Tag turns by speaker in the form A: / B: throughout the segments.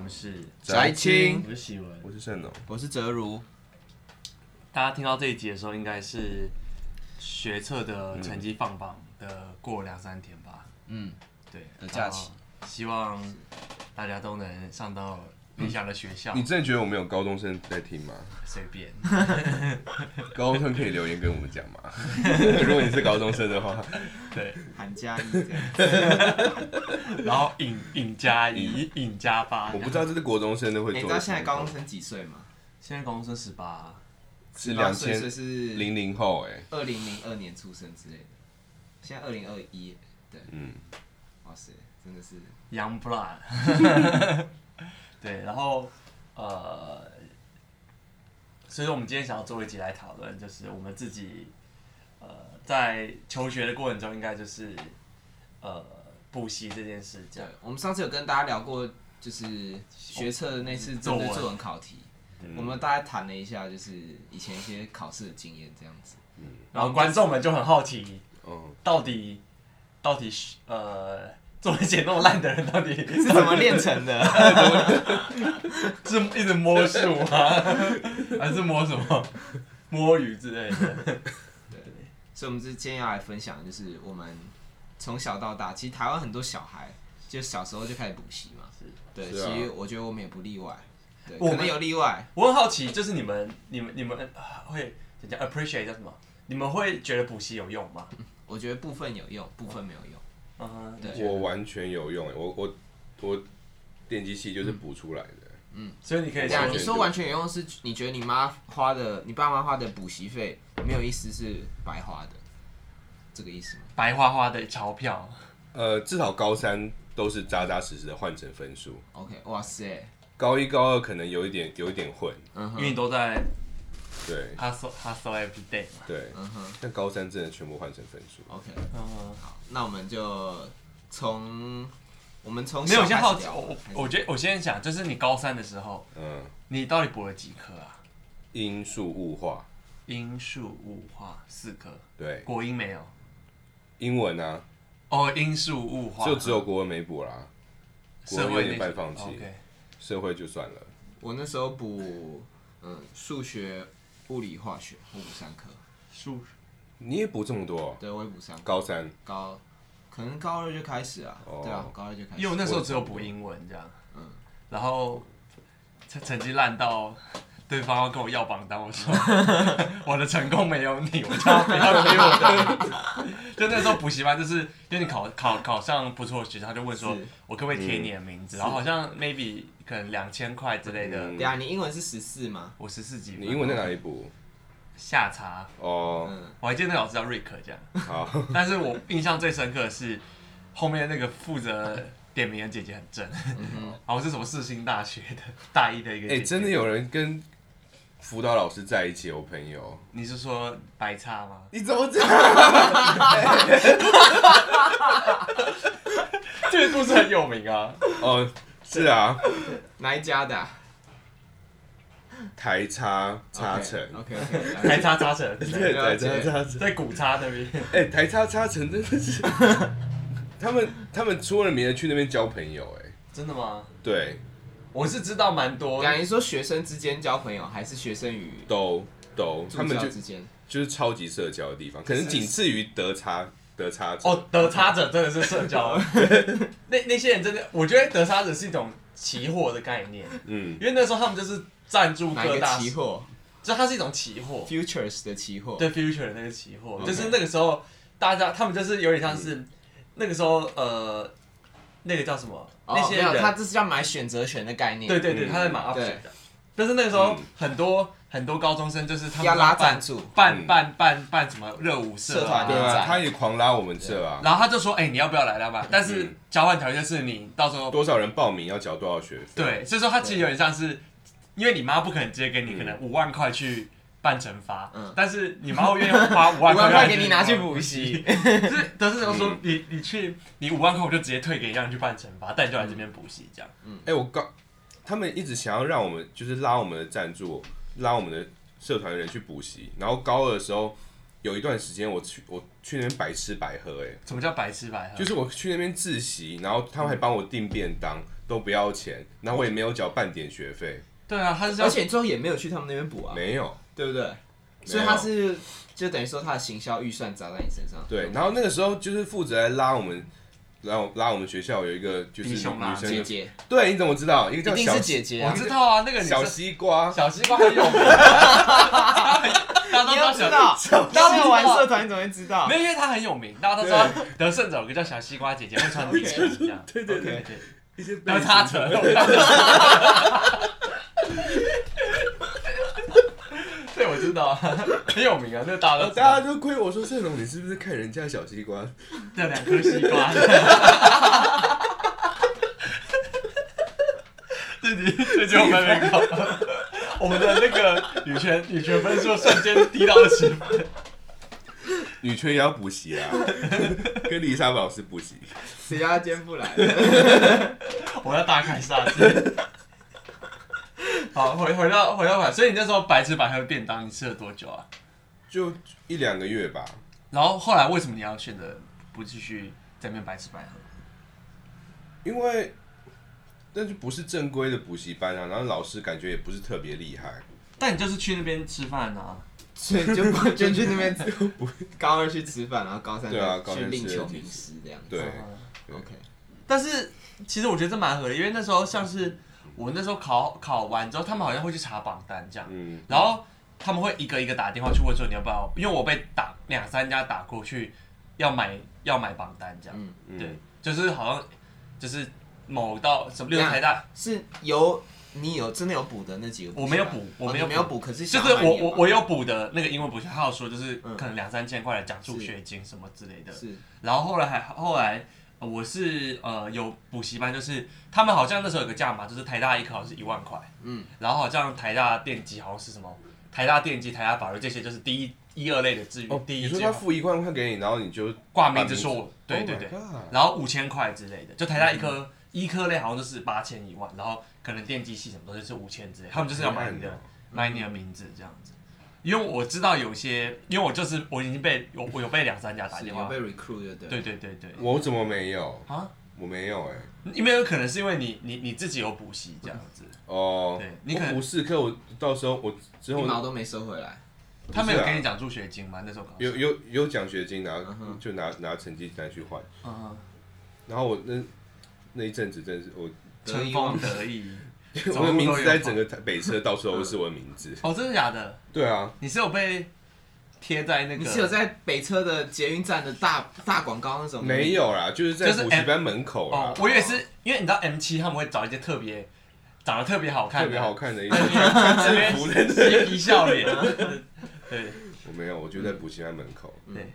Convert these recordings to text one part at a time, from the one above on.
A: 们是
B: 宅青
A: 我是喜文。
B: 我是盛龙，
C: 我是泽如，
A: 大家听到这一集的时候，应该是学测的成绩放榜的过两三天吧？
C: 嗯，
A: 对，
C: 的假期，
A: 希望大家都能上到理想的学校
B: 嗯你，真的觉得我们有高中生在听吗？
A: 随便。
B: 高中生可以留言跟我们讲吗？ 如果你是高中生的话，
A: 对，
C: 韩佳一这样，
A: 然后引引加一，引加八。
B: 嗯我不知道这是国中生的会
C: 你
B: 做
C: 知
B: 的什么。
C: 道现在高中生几岁吗？
A: 现在高中生十八，啊
B: 是两
C: 岁
B: 千
C: 是
B: 零零后哎、
C: 二零零二年出生之类的，现在二零二一，对，
B: 嗯，
C: 哇塞，真的是
A: Young Blood，对，然后呃，所以说我们今天想要做一集来讨论，就是我们自己呃在求学的过程中，应该就是呃补习这件事，这
C: 对
A: 样。。
C: 我们上次有跟大家聊过，就是学测的那次针对
A: 作文
C: 作文考题，
B: 嗯
C: 我们大家谈了一下，就是以前一些考试的经验这样子。
A: 然后观众们就很好奇，
B: 哦，
A: 到底到底是呃作文写那么烂的人，到底
C: 是
A: 是
C: 怎么练成的？
A: 是一直摸树吗？ 还是摸什么摸鱼之类的？
C: 所以，我们是今天要来分享，就是我们从小到大，其实台湾很多小孩就小时候就开始补习嘛。
A: 是
C: 对，
B: 是啊
C: 其实我觉得我们也不例外。对，
A: 我们
C: 可能有例外。
A: 我很好奇，就是你们、你们、你们呃会怎讲 appreciate 叫什么？你们会觉得补习有用吗？
C: 我觉得部分有用，部分没有用。
A: 嗯，
C: 对
A: 你觉得
B: 我完全有用哎、我我我电机系就是补出来的，
A: 所以你可以
C: 对啊，
A: 说
C: 你说完全有用是，你觉得你妈花的、你爸妈花的补习费没有一丝是白花的，这个意思吗？
A: 白花花的钞票，
B: 呃，至少高三都是扎扎实实的换成分数，
C: OK，哇塞，
B: 高一高二可能有一点有一点混，
C: 嗯
A: 因为
C: 哼，
A: 你都在
B: 对
A: hustle hustle every day 嘛。
B: 对，
C: 嗯哼
B: 但高三真的全部换成分数，
C: ，OK，
A: 嗯，
C: 好，那我们就从我们从
A: 嗯没有，
C: 小
A: 我先
C: 开
A: 好
C: 始
A: 奇，
C: 聊
A: 我
C: 吧
A: 我我觉得我先想，就是你高三的时候，
B: 嗯，
A: 你到底补了几科啊？
B: 因数物化，
A: 英数物化四科，
B: 对，
A: 国英没有。
B: 英文啊，
A: 哦，英数物化
B: 就只有国文没补啦，国
A: 社
B: 文有
A: 会
B: 点
A: 那
B: 半放弃
A: OK，
B: 社会就算了，
C: 我那时候补嗯数学、物理、化学，我补三科，
A: 数
B: 你也补这么多，
C: 对，我也补三科，
B: 高三
C: 高可能高二就开始啊，
B: 哦
C: 对啊，我高二就开始，
A: 因为我那时候只有补英文这样，
C: 嗯
A: 然后成成绩烂到对方要跟我要榜单，我说 我的成功没有你，我就要不要给我 的。就那时候补习班就是，就你考考考上不错的学校，就问说
C: 是
A: 我可不可以贴你的名字，然后好像 maybe 可能两千块之类的，
B: 嗯
C: 对啊，你英文是十四吗？
A: 我十四级分，
B: 你英文在哪里补？
A: 下查，
B: 哦，
C: 嗯，
A: 我还记得那个老师叫瑞克这样，
B: 好，
A: 但是我印象最深刻的是后面那个负责点名的姐姐很正，好像是什么世新大学的大一的一个姐
B: 哎，
A: 姐，
B: 真的有人跟辅导老师在一起，我朋友，
A: 你是说白差吗？
B: 你怎么这样？
A: 这个故事很有名啊，
B: 哦，是啊，
C: 哪一家的啊？
B: 台差差成，
C: OK 哦 OK，
A: 台差差成，
B: 对，
C: 了
B: 台
C: 解
B: 差差成。
A: 在古差那边，
B: 哎、台叉叉城真的是，他们他们出了名的去那边交朋友、哎，
A: 真的吗？
B: 对，
A: 我是知道蛮多
C: 我，感觉说学生之间交朋友，还是学生与
B: 都都，他
C: 助
B: 们
C: 教
B: 就
C: 之间？
B: 就是超级社交的地方，可能仅次于德差德差城
A: 哦，得差者真的是社交， 那那些人真的，我觉得得差者是一种期货的概念，
B: 嗯，
A: 因为那时候他们就是赞助
C: 哪一
A: 各
C: 个
A: 大，
C: 期
A: 就
C: 货
A: 它是一种期货，
C: ？Futures 的期货？
A: 对 future 的那个期货，
B: OK
A: 就是那个时候大家他们就是有点像是
C: 嗯
A: 那个时候呃，那个叫什么
C: 哦，
A: 那些
C: 没有，
A: 人
C: 他这是要买选择权的概念，
A: 对对对，
B: 嗯
A: 他在买 option
C: 对
A: 的。但是那个时候
B: 嗯
A: 很多很多高中生就是他们
C: 要拉
A: 办
C: 赞助，
A: 办
B: 嗯
A: 办办办什么热舞社
C: 社
A: 啊
C: 团
B: 对
C: 联
B: 啊，
C: 展
B: 他也狂拉我们社啊，
A: 然后他就说：“哎、你要不要来拉吧？”但是
B: 嗯
A: 交换条件是你到时候
B: 多少人报名要缴多少学费，
A: 对，所以说他其实有点像是，因为你妈不可能直接给你
B: 嗯
A: 可能五万块去办惩罚，
C: 嗯
A: 但是你妈会愿意 花五
C: 五万
A: 万
C: 块
A: 让
C: 给你拿去补
A: 补
C: 习，，
A: 就是德是说
B: 嗯
A: 你你去你五万块我就直接退给你让你去办惩罚，但你就来这边补习这样。
B: 哎、我刚他们一直想要让我们就是拉我们的赞助，拉我们的社团的人去补习，然后高二的时候有一段时间我去我去那边白
A: 嗯
B: 吃白喝、哎。
A: 什么叫白吃白喝？
B: 就是我去那边自习，然后他们还帮我订便当，都不要钱，然后我也没有缴半点学费，
A: 对啊，他是要
C: 而且最后也没有去他们那边补
A: 嗯
C: 啊，
B: 没有。
C: 对不对？所以他是就等于说他的行销预算砸在你身上。
B: 对，然后那个时候就是负责来拉我们，拉我拉我们学校有一个就是女
A: 弟兄
B: 生
A: 啦
B: 的
C: 姐，姐
B: 对，你怎么知道？一个
C: 一
B: 叫
C: 定
B: 小
C: 是姐姐
A: 我
C: 啊，
A: 知道啊，那个女
B: 小
A: 生
B: 西瓜，
A: 小西瓜很有名，大家都
C: 你
A: 知道
C: 要知
A: 小
C: 道，
B: 小
C: 当没有玩社团，你怎么会知道
A: 没？有，因为她很有名，大家都知道德胜者有个叫小西瓜姐姐会穿礼服这样，
B: 对对
A: 对
B: 对，
A: 对，
B: 一些
A: 然后她扯， 对，我知道， 很有名啊，那个大家都知
B: 呃大家
A: 道，
B: 就亏我说盛龙，你是不是看人家小西瓜？
A: 这两颗西 瓜。这集这集我们没搞，我们的那个女权女权分数瞬间低到了十分。
B: 女权也要补习 啊，跟丽莎白老师补习。
C: 谁家今天不来 了？
A: 我要大开杀戒。好，回回到回到白，所以你那时候白吃白喝便当，你吃了多久啊？
B: 就一两个月吧，
A: 然后后来为什么你要选择不继续在那边白吃白喝？
B: 因为那就不是正规的补习班啊，然后老师感觉也不是特别厉害，
A: 但你就是去那边吃饭啊，
C: 所以就不就去那 边吃，高二去吃饭，然后高三
B: 对啊
C: 再去另
B: 高三吃
C: 求
B: 了
C: 名师这样子。
B: 对对
C: OK，
A: 但是其实我觉得这蛮合理，因为那时候像是我那时候考考完之后，他们好像会去查榜单这样，
B: 嗯，
A: 然后他们会一个一个打电话去问说你要不要，因为我被打两三家打过去要买要买榜单这样，
C: 嗯，
B: 嗯
A: 对，就是好像就是某到什么六台大
C: 是由你有真的有补的那几个补
A: 我
C: 习班？
A: 没有补我
C: 哦
A: 没有
C: 你没有补，可
B: 嗯
C: 是
A: 就
C: 想
A: 是
C: 要
A: 我
C: 买
A: 我我有补的那个英文补习，还有说就是
C: 嗯
A: 可能两三千块的奖助学金什么之类的。
C: 是
A: 然后后来还后来呃我是呃有补习班，就是他们好像那时候有个价码，就是台大一科好像是一万块，
C: 嗯，
A: 然后好像台大电机好像是什么台大电机、台大法律这些，就是第一一二类的志
B: 哦
A: 愿，第
B: 你
A: 一
B: 说
A: 届
B: 他付一万块给你，然后你就
A: 挂名字说我，对对对，
B: Oh my god
A: 然后五千块之类的，就台大一
B: 嗯
A: 科医科类好像就是八千一万，然后可能电机系什么东西是五千之类，他们就是要买你的、
B: 好暗哦
A: 买你的名字这样子。因为我知道有些，因为我就是我已经被我我有被两三家打
C: 是
A: 电
C: 有
A: 话，
C: 被 recruit 的，
A: 对对对对
B: 我怎么没有？
A: 啊，
B: 我没有哎、
A: 因为有可能是因为你你你自己有补习这样子，
B: 哦
A: 对，你可能
B: 我补试课，我到时候我之
C: 一
B: 后
C: 毛都没收回来。
A: 他们有给你奖助学金吗？那时候考试
B: 有有有奖学金，然
C: 嗯
B: 后
C: 哼
B: 就拿拿成绩单去换。
A: 嗯，
B: 然后我那那一阵子真的是我，
A: 春风得意
B: 我的名字在整个台北车到处都是我的名字。
A: 哦，真的假的？
B: 对啊，
A: 你是有被贴在那个？
C: 你是有在北车的捷运站的大大广告那种
B: 没有啦，就是在
A: 嗯就是
B: 补习班门口啦
A: 哦，，我也是，因为你知道 M 七他们会找一些特别长得特别好看
B: 特
A: 的，
B: 别好看 的一
A: 特
B: 个。
A: 别嬉皮笑脸。啊对
B: 我没有，我就在补习班门口。
A: 对，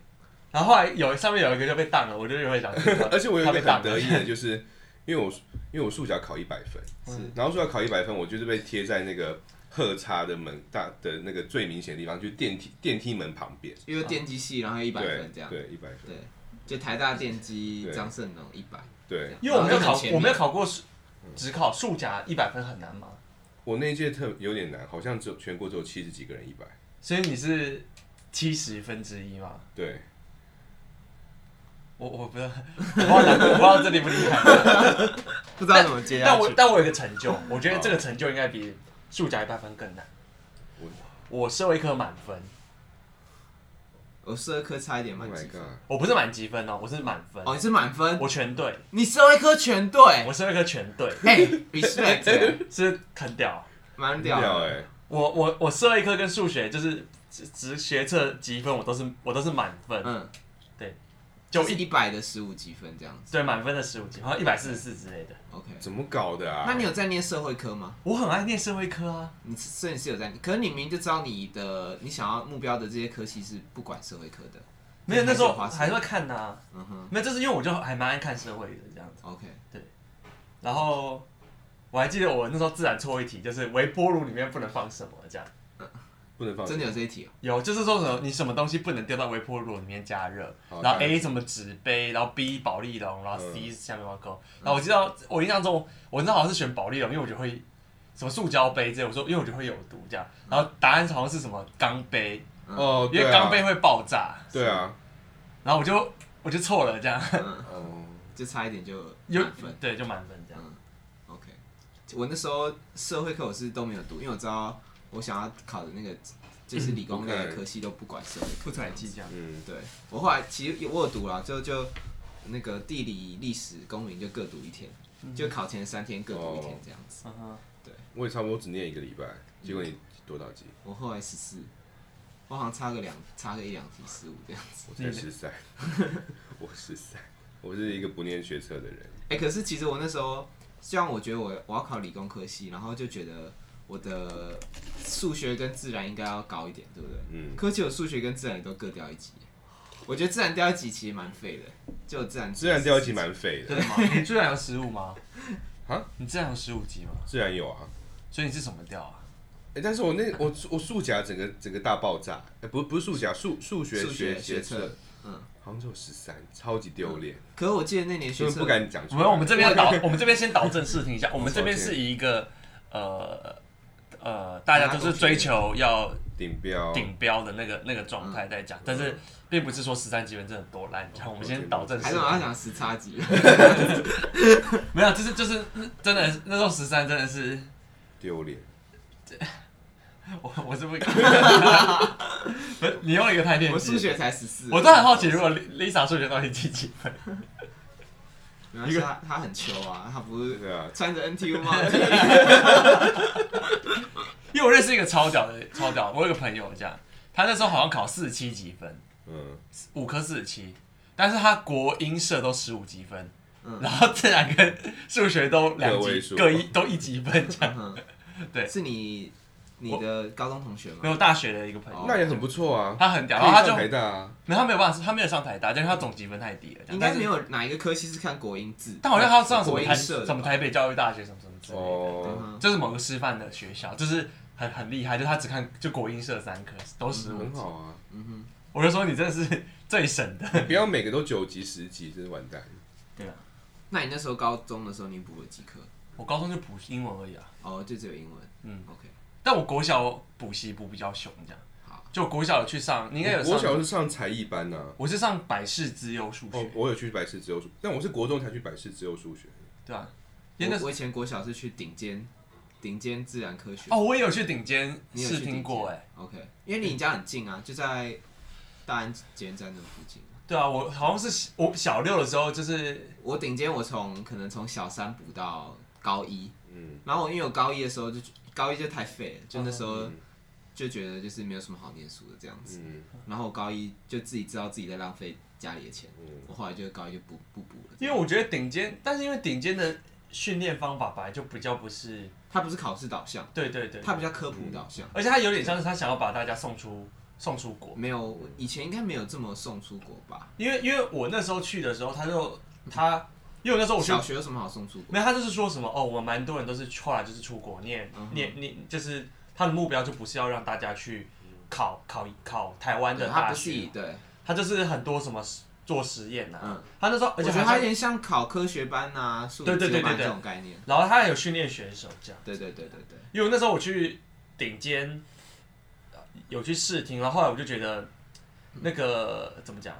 A: 然后后来有上面有一个就被当了，我就也会想知道，
B: 而且我有一
A: 他
B: 个
A: 被当
B: 很
A: 了
B: 得意的，就是因为我因为我数甲考一百分，
C: 是
B: 然后数甲考一百分，我就是被贴在那个贺差的门大的那个最明显的地方，就是电梯电梯门旁边。
C: 因为电机系，然后一百
B: 对
C: 分这样，
B: 对，一百分，
C: 对，就台大电机
B: 对
C: 张胜龙一百，这
B: 对
C: 样
A: 因为我没有考，我没有，
C: 然后就很前面
A: 考过数，只考数甲一百分很难嘛，
B: 我那一届特有点难，好像只有全国只有七十几个人一百，
A: 所以你是七十分之一嘛？
B: 对，
A: 我 我不知道，我不知道我不知道这里不厉 害，
C: 不知道怎么接下
A: 但我
C: 去。
A: 但我有一个成就，我觉得这个成就应该比数甲一百分更难
B: 我。
A: 我社会科满分，
C: 我社科差一点
B: Oh
C: 满
B: my
C: 几分，
B: god！
A: 我不是满积分哦，我是满分，
C: 哦，你是满分，
A: 我全对，
C: 你社会科全对，
A: 我社会科全对，
C: 哎，respect，
A: 是很屌。
C: 蛮
B: 屌
C: 屌的，
B: 哎，
A: 我我我社会科跟数学就是只只学测积分，我都是我都是满分，
C: 嗯，
A: 就
C: 一
A: 一
C: 一百的十五积分这样子
A: 对满分的十五级，好像一百四十四之类的。
C: ，OK。
B: 怎么搞的啊？
C: 那你有在念社会科吗？
A: 我很爱念社会科啊，
C: 你是所以你是有在念，可是你明明就知道你的你想要目标的这些科系是不管社会科的，
A: 没有
C: 你
A: 那时候
C: 还是有花时
A: 还
C: 间
A: 是会看呐、啊，
C: 嗯哼
A: 没有就是因为我就还蛮爱看社会的这样子。
C: ，OK，
A: 然后我还记得我那时候自然错一题，就是微波炉里面不能放什么这样。
B: 不能放
C: 真的有这一题哦，
A: 有，就是说什么你什么东西不能丢到微波炉里面哦加热，
B: 好
A: 然后
B: 当然
A: A 什么纸杯，然后 B 保利龙，然后
B: 嗯
A: C 下面挖沟。然后我记得我印象中，我那时候好像是选保利龙，因为我觉得会什么塑胶杯这些，我说因为我觉得会有毒这样。然后答案好像是什么钢杯，
C: 嗯
B: 哦，
A: 因
B: 对
A: 为
B: 啊
A: 钢杯，会爆炸。
B: 对啊，
A: 然后我就 我就错了这样，
C: 嗯，
B: 哦，
C: 就差一点就
A: 有
C: 满分，
A: 对就满分这样。
C: 嗯我那时候社会课我是都没有读，因为我知道我想要考的那个就是理工类的科系都不管社会课
A: 不采计较。
B: 嗯，
C: 对我后来其实我有读啦，就就那个地理、历史、公民就各读一天，就考前三天各读一天
B: 哦
C: 这样子。
A: 嗯哼
B: 我也差不多只念一个礼拜，结果你多少级？
C: 我后来十四，我好像差个两差个一两题十五这样子。
B: 我才十三， 我十三，我是一个不念学测的人。
C: 哎、可是其实我那时候，虽然我觉得我我要考理工科系，然后就觉得我的数学跟自然应该要高一点，对不对？
B: 嗯，
C: 科技我数学跟自然都各掉一级，我觉得自然掉一级其实蛮废的，就我自然
B: 自然掉一级蛮废的，
A: 真的吗？ 你自然有十五吗？
B: 啊？
A: 你自然有十五级吗？
B: 自然有啊。
A: 所以你是什么调啊？
B: 哎、但是我那我我数甲整个整个大爆炸，哎、不是不是数甲，数数学
C: 数学
B: 学嗯
C: 学
B: 测
C: 测，，嗯。
B: 好像只有十三，超级丢脸，
C: 可是我记得那年
B: 就
C: 学
B: 是
C: 测
B: 不敢讲出
A: 我
B: 来。
A: 们我们这边要导，我们这边先导正视听一下，我们这边
B: 抱
A: 是
B: 歉
A: 一个呃呃，大家都是追求要
B: 顶标，
A: 顶标的那
C: 哦
A: 个那个状态在讲，但是并不是说十三级分真的多烂，然后我们先导正视
C: 还啊是
A: 听
C: 哦我。要讲时差级，
A: 没有，啊就是就是真的那时候十三真的是
B: 丢脸，
A: 我我 是不，不是你用一个太偏激，
C: 我数学才十四，
A: 我都很好奇，如果 Lisa 数学到底几几分？
C: 没关系，他他很球啊，他不是
B: 对啊，
C: 穿着 NTU 帽子，
A: 因为我认识一个超屌的，超屌的，我有个朋友这样，他那时候好像考四十七几分，
B: 嗯，
A: 五科四十七，但是他国英社都十五积分，
C: 嗯
A: 然后自然跟数学都两
B: 个
A: 级
B: 位数
A: 各一都一积分这样。
C: 嗯
A: 对
C: 是你你的高中同学
A: 没
C: 吗？
A: 有大学的一个朋友，
B: 那也很不错啊。
A: 他很屌，
B: 可
A: 然
B: 以
A: 后他
B: 上
A: 就
B: 台大啊，
A: 没有他没有办法，他没有上台大，但是他总积分太低了这样。
C: 应该没
A: 有，
C: 有哪一个科系是看国音字，
A: 但好像他上什么
C: 国
A: 台
C: 音社的吧
A: 什么台北教育大学什么什么之类的，
B: 哦，
C: 嗯
A: 就是某个师范的学校，就是很很厉害，就他只看就国英社三科都十五
B: 很
A: 级，
B: 好啊，
C: 嗯
A: 我就说你真的是 最省的。
B: 你不要每个都九级十级，真是完蛋。
A: 对啊，
C: 哼，那你那时候高中的时候你补了几科？
A: 我高中就补英文而已啊。
C: 哦，就只有英文。
A: 嗯
C: ，OK，
A: 但我国小补习补比较凶，这样。
C: 好，
A: 就国小有去上，你应该有上。
B: 我小是上才艺班呐、啊，
A: 我是上百事资优数学，
B: 哦，我有去百事只有数，但我是国中才去百事只有数学。
A: 对啊，因为那
C: 哦我
A: 时
C: 我以前国小是去顶尖顶尖自然科学
A: 哦，我也有去顶尖
C: 你有去
A: 试听过哎、
C: 顶，OK，因为离你家很近啊，就在大安捷运站那附近。
A: 对啊，我好像是我小六的时候就是
C: 我顶尖，我从可能从小三补到高一，
B: 嗯，
C: 然后我因为我高一的时候就高一就太废了，就那时
A: 哦
C: 候
B: 嗯
C: 就觉得就是没有什么好念书的这样子。
B: 嗯
C: 然后我高一就自己知道自己在浪费家里的钱，
B: 嗯，
C: 我后来就高一就不不补了。
A: 因为我觉得顶尖，但是因为顶尖的训练方法本来就比较不是，
C: 它不是考试导向，
A: 对对对，
C: 它比较科普导向。
A: 而且他有点像是他想要把大家送出送出国，
C: 没有以前应该没有这么送出国吧？
A: 因为因为我那时候去的时候，他就他因为我那时哦候我去
C: 小学有什么好送出国？
A: 没有，他就是说什么哦，我们蛮多人都是后来就是出国念、
C: 嗯哼
A: 念念，就是他的目标就不是要让大家去考考考台湾的
C: 对它
A: 大
C: 不是以
A: 学，
C: 对，
A: 他就是很多什么实做实验呐、
C: 嗯
A: 他那时候而
C: 我
A: 且
C: 觉得
A: 他
C: 它有点像考科学班啊、数
A: 对对对
C: 学班
A: 对对
C: 这种概念。
A: 然后他还有训练选手这样，
C: 对对对对对，
A: 因为那时候我去顶尖呃有去试听，然后后来我就觉得那个怎么讲，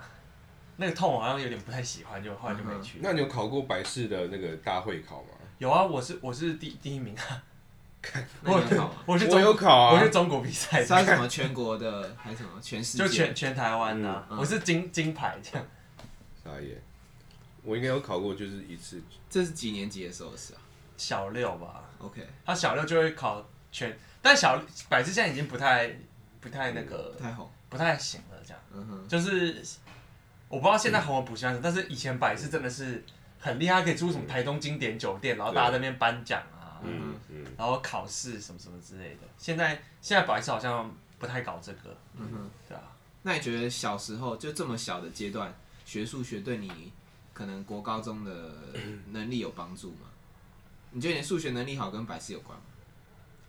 A: 那个痛我好像有点不太喜欢，就后来就没
C: 嗯
A: 去。
B: 那你有考过百事的那个大会考吗？
A: 有啊，我是我是第第一名啊，
C: 那你要考吗？
A: 我是
B: 我
A: 中
B: 有考
A: 我
B: 啊
A: 是，中国比赛的，
C: 算什么全国的还是什么全世界？
A: 就全全台湾呐、
C: 嗯嗯
A: 我是金金牌这样。
B: 傻眼，我应该有考过，就是一次
C: 这是几年级的时候的事啊
A: 小六吧，
C: ？OK，
A: 他小六就会考全，但小百事现在已经不太不太那个
C: 不太红。
A: 不太行了，这样
C: 嗯哼，
A: 就是我不知道现在红的补习班是，但是以前百事真的是很厉害，可以出什
C: 嗯
A: 么台东经典酒店，然后大家在那边颁奖啊，
B: 嗯嗯，
A: 然后考试什么什么之类的。现在现在百事好像不太搞这个，
C: 嗯哼。
A: 对啊，
C: 那你觉得小时候就这么小的阶段学数学对你可能国高中的 能力有帮助吗？你觉得你的数学能力好跟百事有关吗？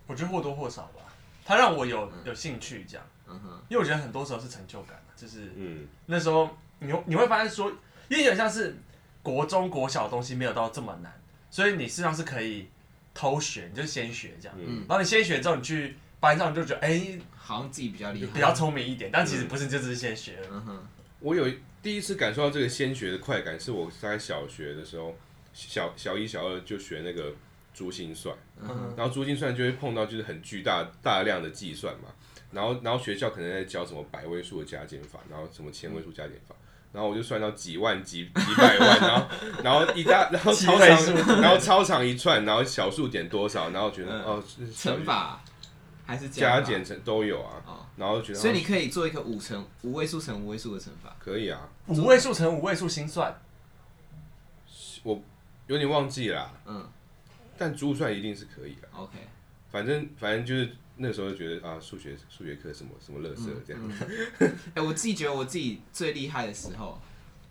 A: 我觉得或多或少吧，它让我有有兴趣这样，
C: 嗯哼，
A: 因为我觉得很多时候是成就感，啊就是。
B: 嗯
A: 那时候你会你会发现说，因为有点像是国中国小的东西没有到这么难，所以你事实上是可以偷学，你就先学这样，
B: 嗯
A: 然后你先学之后，你去班上你就觉得哎、
C: 好像自己比较厉害。
A: 比较聪明一点，但其实不是，就只是先学了。
C: 嗯哼，
B: 我有第一次感受到这个先学的快感，是我在小学的时候，小小一、小二就学那个珠心算，
C: 嗯
B: 然后珠心算就会碰到就是很巨大大量的计算嘛，然后然后学校可能在教什么百位数的加减法，然后什么千位数加减法。然后我就算到几万、几几百万，然后然后一大，然后
A: 几
B: 超
A: 位
B: 长，然后超长一串，然后小数点多少，然后觉得、
C: 嗯
B: 哦，是
C: 乘法还是
B: 加
C: 法
B: 减乘都有啊，
C: 哦，
B: 然后觉得
C: 所以你可以做一个五乘五位数乘五位数的乘法，
B: 可以啊，
C: 嗯
A: 五位数乘五位数心算，
B: 我有点忘记啦，
C: 嗯
B: 但珠算一定是可以的。
C: ，OK，
B: 反正反正就是那时候就觉得啊，数学数学课什么什么乐色这样，
C: 哎、我自己觉得我自己最厉害的时候，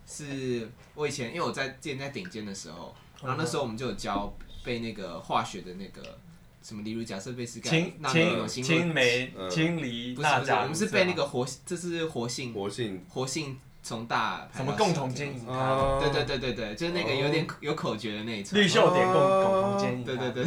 C: 是我以前因为我在之前在顶尖的时候，然后那时候我们就有教背那个化学的那个什么，例如假设贝斯盖
A: 氢
C: 那那
A: 氢
C: 种新
A: 氢酶
B: 嗯、
A: 氢离、
C: 不是
A: 钠
C: 呃不是，
A: 钾，
C: 我们是背那个活，这是活性
B: 活性
C: 活性从大
A: 什么共同经
C: 营，
A: 营它，
B: 啊，
C: 嗯对对对对对，就是那个有点有口诀的那一层
A: 哦绿。袖点共共同经营，
C: 哦对对，对。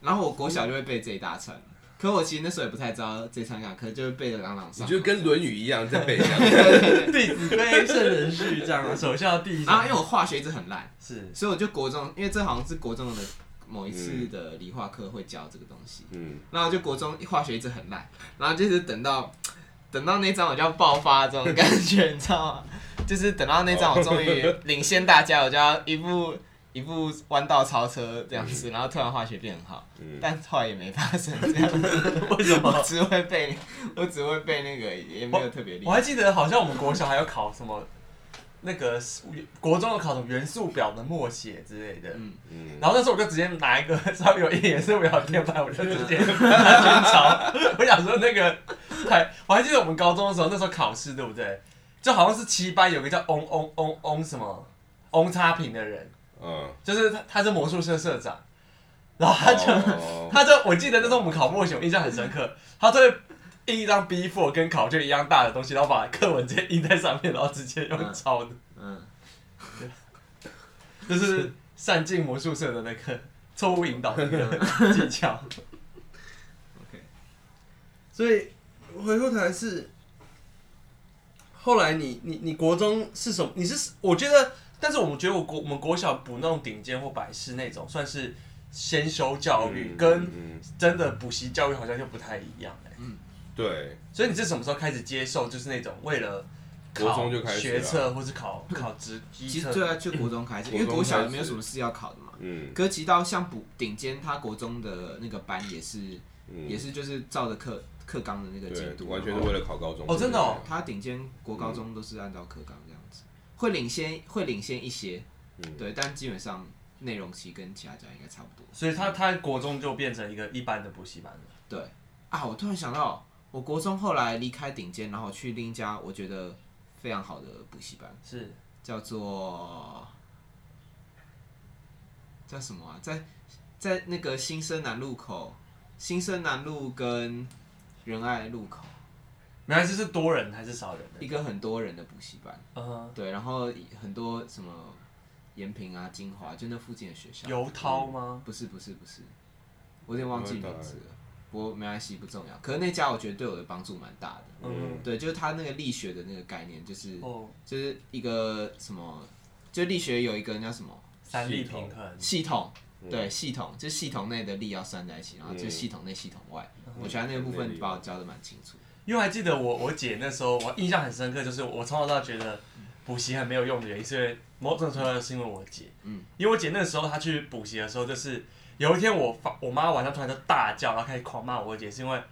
C: 然后我国小就会背这一大串，可我其实那时候也不太知道这一串干嘛，可是就会背的朗朗
B: 你
C: 上口。
B: 就跟《论语》一样在背 一样，
A: 《 弟子规》圣人序这样，啊手下第一
C: 然后因为我化学一直很烂，
A: 是
C: 所以我就国中，因为这好像是国中的某一次的理化课会教这个东西，
B: 嗯，
C: 然后就国中化学一直很烂，然后就是等到等到那张我就要爆发这种感觉，你知道吗？就是等到那张我终于 领先大家，我就要一步一步弯道超车这样子，然后突然化学变很好，
B: 嗯
C: 但后来也没发生这样，
A: 为什
C: 我
A: 么？
C: 只会背我只会背那个，也没有特别厉
A: 我
C: 害。
A: 还记得好像我们国小还有考什么那个国中有考什么元素表的默写之类的，
C: 嗯，
B: 嗯
A: 然后那时候我就直接拿一个 稍微有一点是不了天板，我就直接拿去抄。我想说那个，太，我还记得我们高中的时候，那时候考试对不对？就好像是七班有个叫翁翁翁翁什么翁差评的人，
B: 嗯，
A: 就是他他是魔术社社长，然后 他就、
B: 哦
A: 他就我记得那时候我们考默写，我印象很深刻，他就会印一张 B four 跟考卷一样大的东西，然后把课文直接印在上面，然后直接用抄的，
C: 嗯，
A: 就是善尽魔术社的那个错误引导的那个技 巧。
C: OK
D: 所以回过头来是，后来你你你国中是什么？你是
A: 我觉得，但是我们觉得我国我们国小补那种顶尖或百事那种，算是先修教育，
B: 嗯
A: 跟
B: 嗯
A: 真的补习教育好像就不太一样、欸、
B: 对，
A: 所以你是什么时候开始接受，就是那种为了
B: 国
A: 考
B: 中就开始
A: 学
B: 了
A: 测或是考考职机
C: 其实
A: 测？
C: 对啊，就国中开始，因为国小也没有什么事要考的嘛。
B: 嗯
C: 可是其实到像补顶尖，他国中的那个班也是、
B: 嗯，
C: 也是就是照着课课纲的那个进
B: 对，
C: 度，
B: 完全是为了考高中
A: 哦真的哦
C: 他顶尖国高中都是按照课纲这样子，会领先会领先一些，
B: 嗯
C: 对，但基本上内容其实跟其他家应该差不多。
A: 所以他他国中就变成一个一般的补习班了。
C: 对啊，我突然想到，我国中后来离开顶尖，然后去另一家我觉得非常好的补习班，
A: 是
C: 叫做叫什么啊？在在那个新生南路口，新生南路跟仁爱路口，
A: 原来这是多人还是少人的？
C: 一个很多人的补习班，
A: 呃，
C: 对，然后很多什么延平啊、金华，就那附近的学校。
A: 游涛吗？
C: 不是不是不是，我有点忘记名字了，不过没关系，不重要。可是那家我觉得对我的帮助蛮大的，
A: 嗯，
C: 对，就是他那个力学的那个概念，就是
A: 哦，
C: 就是一个什么，就力学有一个叫什么。
A: 三力平衡。
C: 系统，
B: 嗯
C: 对系统，就系统内的力要算在一起，然后就系统内、系统外，
B: 嗯
C: 我觉得那个部分把我教的蛮清楚。
A: 因为还记得我我姐那时候，我印象很深刻，就是我从小到大觉得补习很没有用的原因，是因为某种程度上是因为我姐，
C: 嗯，
A: 因为我姐那时候她去补习的时候，就是有一天我发我妈晚上突然就大叫，然后开始狂骂我姐，是因为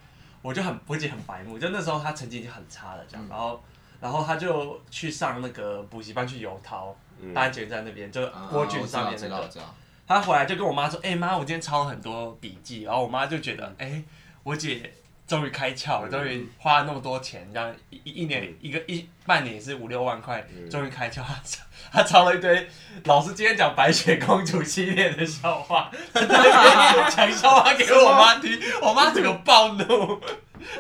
A: 我就很我姐很白目，就那时候她成绩已经很差了这
C: 嗯
A: 样，然后然后她就去上那个补习班去游涛，
B: 嗯
A: 大家姐在那边就是
C: 啊
A: 郭
C: 我
A: 俊
C: 知道
A: 上
C: 我
A: 面
C: 知
A: 那
C: 道，我
A: 个，
C: 知道。
A: 他回来就跟我妈说：“哎、妈，我今天抄了很多笔记。”然后我妈就觉得：“哎、我姐终于开窍了，
B: 嗯
A: 终于花了那么多钱，这样一一一年、
B: 嗯
A: 一个一半年也是五六万块，
B: 嗯
A: 终于开窍。”她抄她抄了一 堆老师今天讲白雪公主系列的笑话，她在那边讲笑话给我妈听，我妈整个暴怒。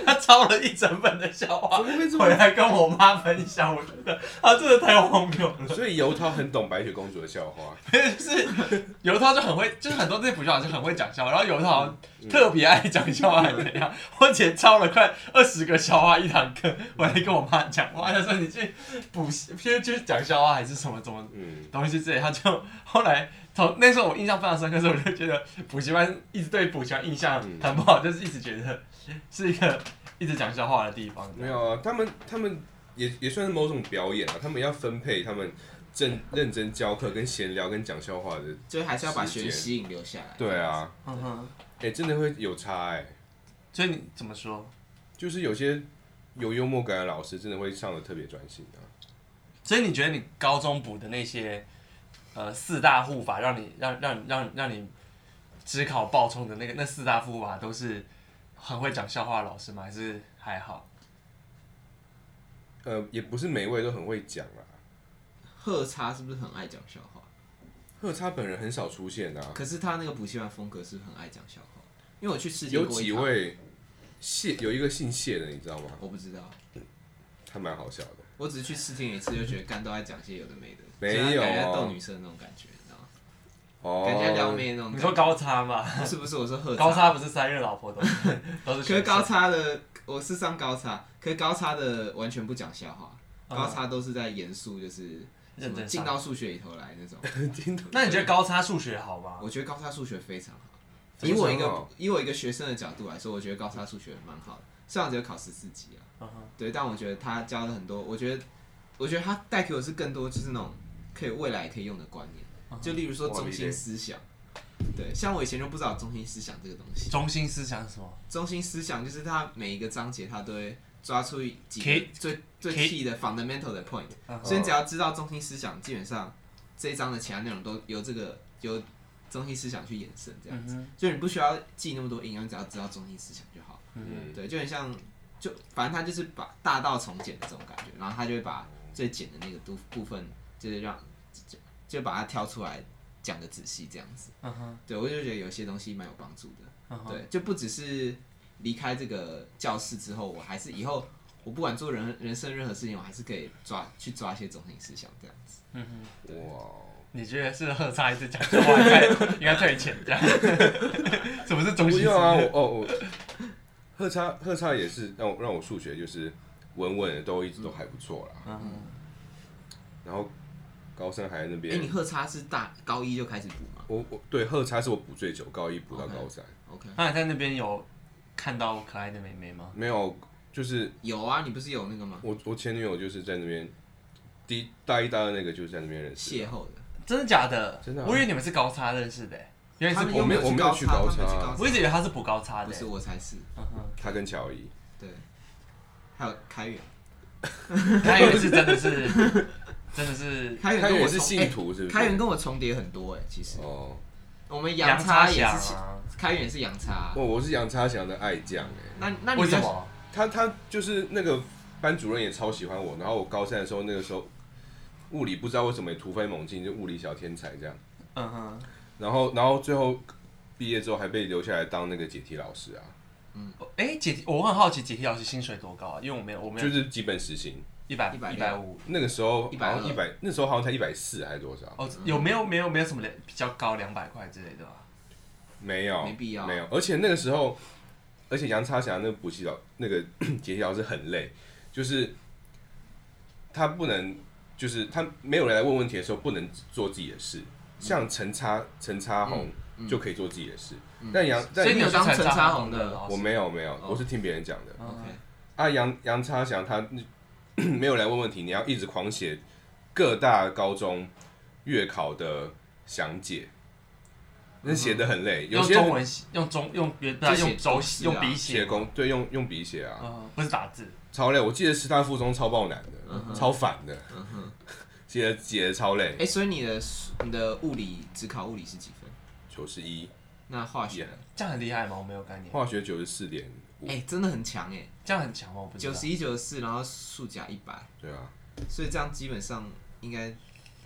A: 她抄了一整本的笑
B: 啊
A: 话回来跟我妈分享，我觉得她真的太荒谬了。
B: 所以尤涛很懂白雪公主的笑话，
A: 就是犹他就很会，就是很多这些补习老师很会讲笑话，然后犹他好像特别爱讲笑话，还是 怎样？我姐抄了快二十个笑话一堂课，我来跟我妈讲，我妈就说你去补习，去去讲笑话还是什么什么
B: 嗯，
A: 东西之类，她就后来从那时候我印象非常深刻，所以我就觉得补习班一直对补习班印象很不好，就是一直觉得是一个一直讲笑话的地方。
B: 没有啊，他们他们也也算是某种表演啊，他们要分配他们正认真教课、跟闲聊、跟讲笑话的。
C: 就还是要把
B: 时
C: 学
B: 间
C: 员吸引留下来。
B: 对啊，
A: 嗯哼，
B: 哎、真的会有差哎、
A: 所以你怎么说？
B: 就是有些有幽默感的老师真的会上的特别专心啊。
A: 所以你觉得你高中补的那些呃四大护法，让你让让让让你只考爆冲的那个那四大护法，都是很会讲笑话的老师吗？还是还好？
B: 呃，也不是每一位都很会讲啊啦。
C: 贺差是不是很爱讲笑话？
B: 贺差本人很少出现啊，
C: 可是他那个补习班风格是不是很爱讲笑话？因为我去试听
B: 有
C: 过一
B: 几
C: 堂，
B: 位谢有一个姓谢的，你知道吗？
C: 我不知道，
B: 他蛮好笑的。
C: 我只是去试听一次就觉得干都在讲些有的没的，
B: 没
C: 就
B: 有啊
C: 是感觉在逗女生的那种感觉，你知道吗？
B: 哦，
C: 感觉在撩妹那种
A: 你
C: 感觉。
A: 说高差吗？
C: 不是不是，我说贺
A: 高差不是三任老婆都 是都是学
C: 可是
A: 生
C: 高差的，我是上高差，可是高差的完全不讲笑话，
A: 嗯
C: 高差都是在严肃，就是什
A: 认
C: 么
A: 真
C: 进
A: 上
C: 到数学里头来那种。
A: 那你觉得高差数学好吗？
C: 我觉得高差数学非常好，
B: 怎
C: 以
B: 么
C: 我一
B: 说
C: 个
A: 哦
B: 好
C: 以我一个学生的角度来说，我觉得高差数学蛮好的，虽然只有考十四级啊，
A: 嗯哼
C: 对，但我觉得他教了很多，我觉得我觉得他带给我是更多就是那种可以未来也可以用的观
A: 嗯
C: 念，就例如说
B: 哇
C: 中
B: 理
C: 心
B: 解
C: 思想。对，像我以前就不知道中心思想这个东西。
A: 中心思想是什么？
C: 中心思想就是他每一个章节他都会抓出几
A: Key-
C: 个最最
A: key-
C: key 的 fundamental 的 point，
A: 嗯
C: 所以你只要知道中心思想，基本上这一章的其他内容都由这个由中心思想去衍生，这样
A: 嗯哼，
C: 所以你不需要记那么多应用，你只要知道中心思想就好。
B: 嗯，
C: 对，就很像就反正他就是把大道从简的这种感觉，然后他就会把最简的那个部部分就是让就就把它挑出来讲的仔细这样子。
A: 嗯哼，
C: 对我就觉得有些东西蛮有帮助的。
A: 嗯哼，
C: 对，就不只是离开这个教室之后，我还是以后我不管做人人生任何事情，我还是可以抓去抓一些中心思想这样子。
A: 嗯哼。
B: 哇，
A: 你觉得是喝差一次讲错话应该应该退钱这样？ 什么是中
B: 不
A: 心思
B: 用啊，
A: 想？
B: 我哦我，贺差贺差也是让我让我数学就是稳稳的都一直都还不错啦。
A: 嗯哼
B: 然后高三还在那
C: 哎、
B: 边
C: 你，贺差是大高一就开始补吗
B: 我我对贺差是我补最久，高一补到高三，
C: ？OK，
A: 那你在那边有看到可爱的妹妹吗？
B: 没有就是
C: 有啊，你不是有那个吗？
B: 我我前女友就是在那边，第一大一大二那个就是在那边认识
C: 邂
B: 的。
C: 逅的，
A: 真的假的？
B: 真的啊
A: 我以为你们是高差认识的欸，原来
C: 他
A: 是
C: 们
A: 补
B: 我
C: 又
B: 没有
C: 有
B: 我没
C: 去
B: 有
C: 高
B: 去高
C: 差，他们有
B: 差
C: 去
B: 啊
C: 高
A: 我一直以为他是补高差
C: 不
A: 的欸。
C: 是我才是，
A: 嗯哼，
B: 他跟乔伊，
C: 对，还有开源，
A: 嗯他以为是真的是 真的是
C: 开源
B: 他
C: 跟
B: 也
C: 我
B: 是
C: 重
B: 信徒是
C: 哎
B: 不
C: 开源
B: 是？
C: 跟我重叠很多哎、其实
B: 哦，
C: 我们
A: 杨
C: 差也
A: 侠
C: 是信，
A: 吗？
C: 开源也是杨差啊、
B: 啊我哦我是杨差祥的爱将哎，
C: 那那你
A: 为
C: 比较
A: 什么？
B: 他他就是那个班主任也超喜欢我，然后我高三的时候那个时候物理不知道为什么也突飞猛进，就物理小天才这样，
A: 嗯哼，
B: 然后然后最后毕业之后还被留下来当那个解题老师啊，
A: 哎，解题我很好奇解题老师薪水多高啊？因为我没有我没
B: 就
A: 有
B: 是基本实行，
A: 一百
C: 160
A: 一百五
B: 那个时候好像
C: 120
B: 一百，那时候好像才一百四还是多少？
A: 哦，
C: 嗯
A: 有没有没有没有什么两比较高两百块之类的吧？
B: 没有，
C: 没必要
B: 没有。而且那个时候，而且杨叉霞那个补习老 那个解题老师很累，就是他不能，就是他没有人来问问题的时候，不能做自己的事。像陈叉陈叉红就可以做自己的事，但杨
A: 嗯
B: 但
A: 所以你有当
C: 陈
A: 插
C: 插红的
A: 老师
B: 我没有没有，我是听别人讲的。
A: 嗯
C: OK，
B: 啊，杨杨叉祥他 没有来问问题，你要一直狂写各大高中月考的详解，那写的很累，
A: 嗯
B: 有
A: 用
B: 些
A: 中文写用中用原本来
C: 就写
A: 用手
C: 公式啊
A: 用笔
B: 写
A: 写，
B: 工对用用笔写啊，
A: 嗯，不是打字。
B: 超累。我记得师大附中超爆难
C: 嗯
B: 的，
C: 哼
B: 超反的，
C: 嗯哼。
B: 写的写的超累
C: 哎、，所以你的数你的物理只考物理是几分？
B: 九十一，
C: 那化学呢？
A: 这样很厉害吗？我没有概念。
B: 化学九十四点五
C: 哎、，真的很强哎、
A: 这样很强吗？我不知
C: 九
A: 道。
C: 十一、九十四，然后数甲一百，
B: 对啊，
C: 所以这样基本上应该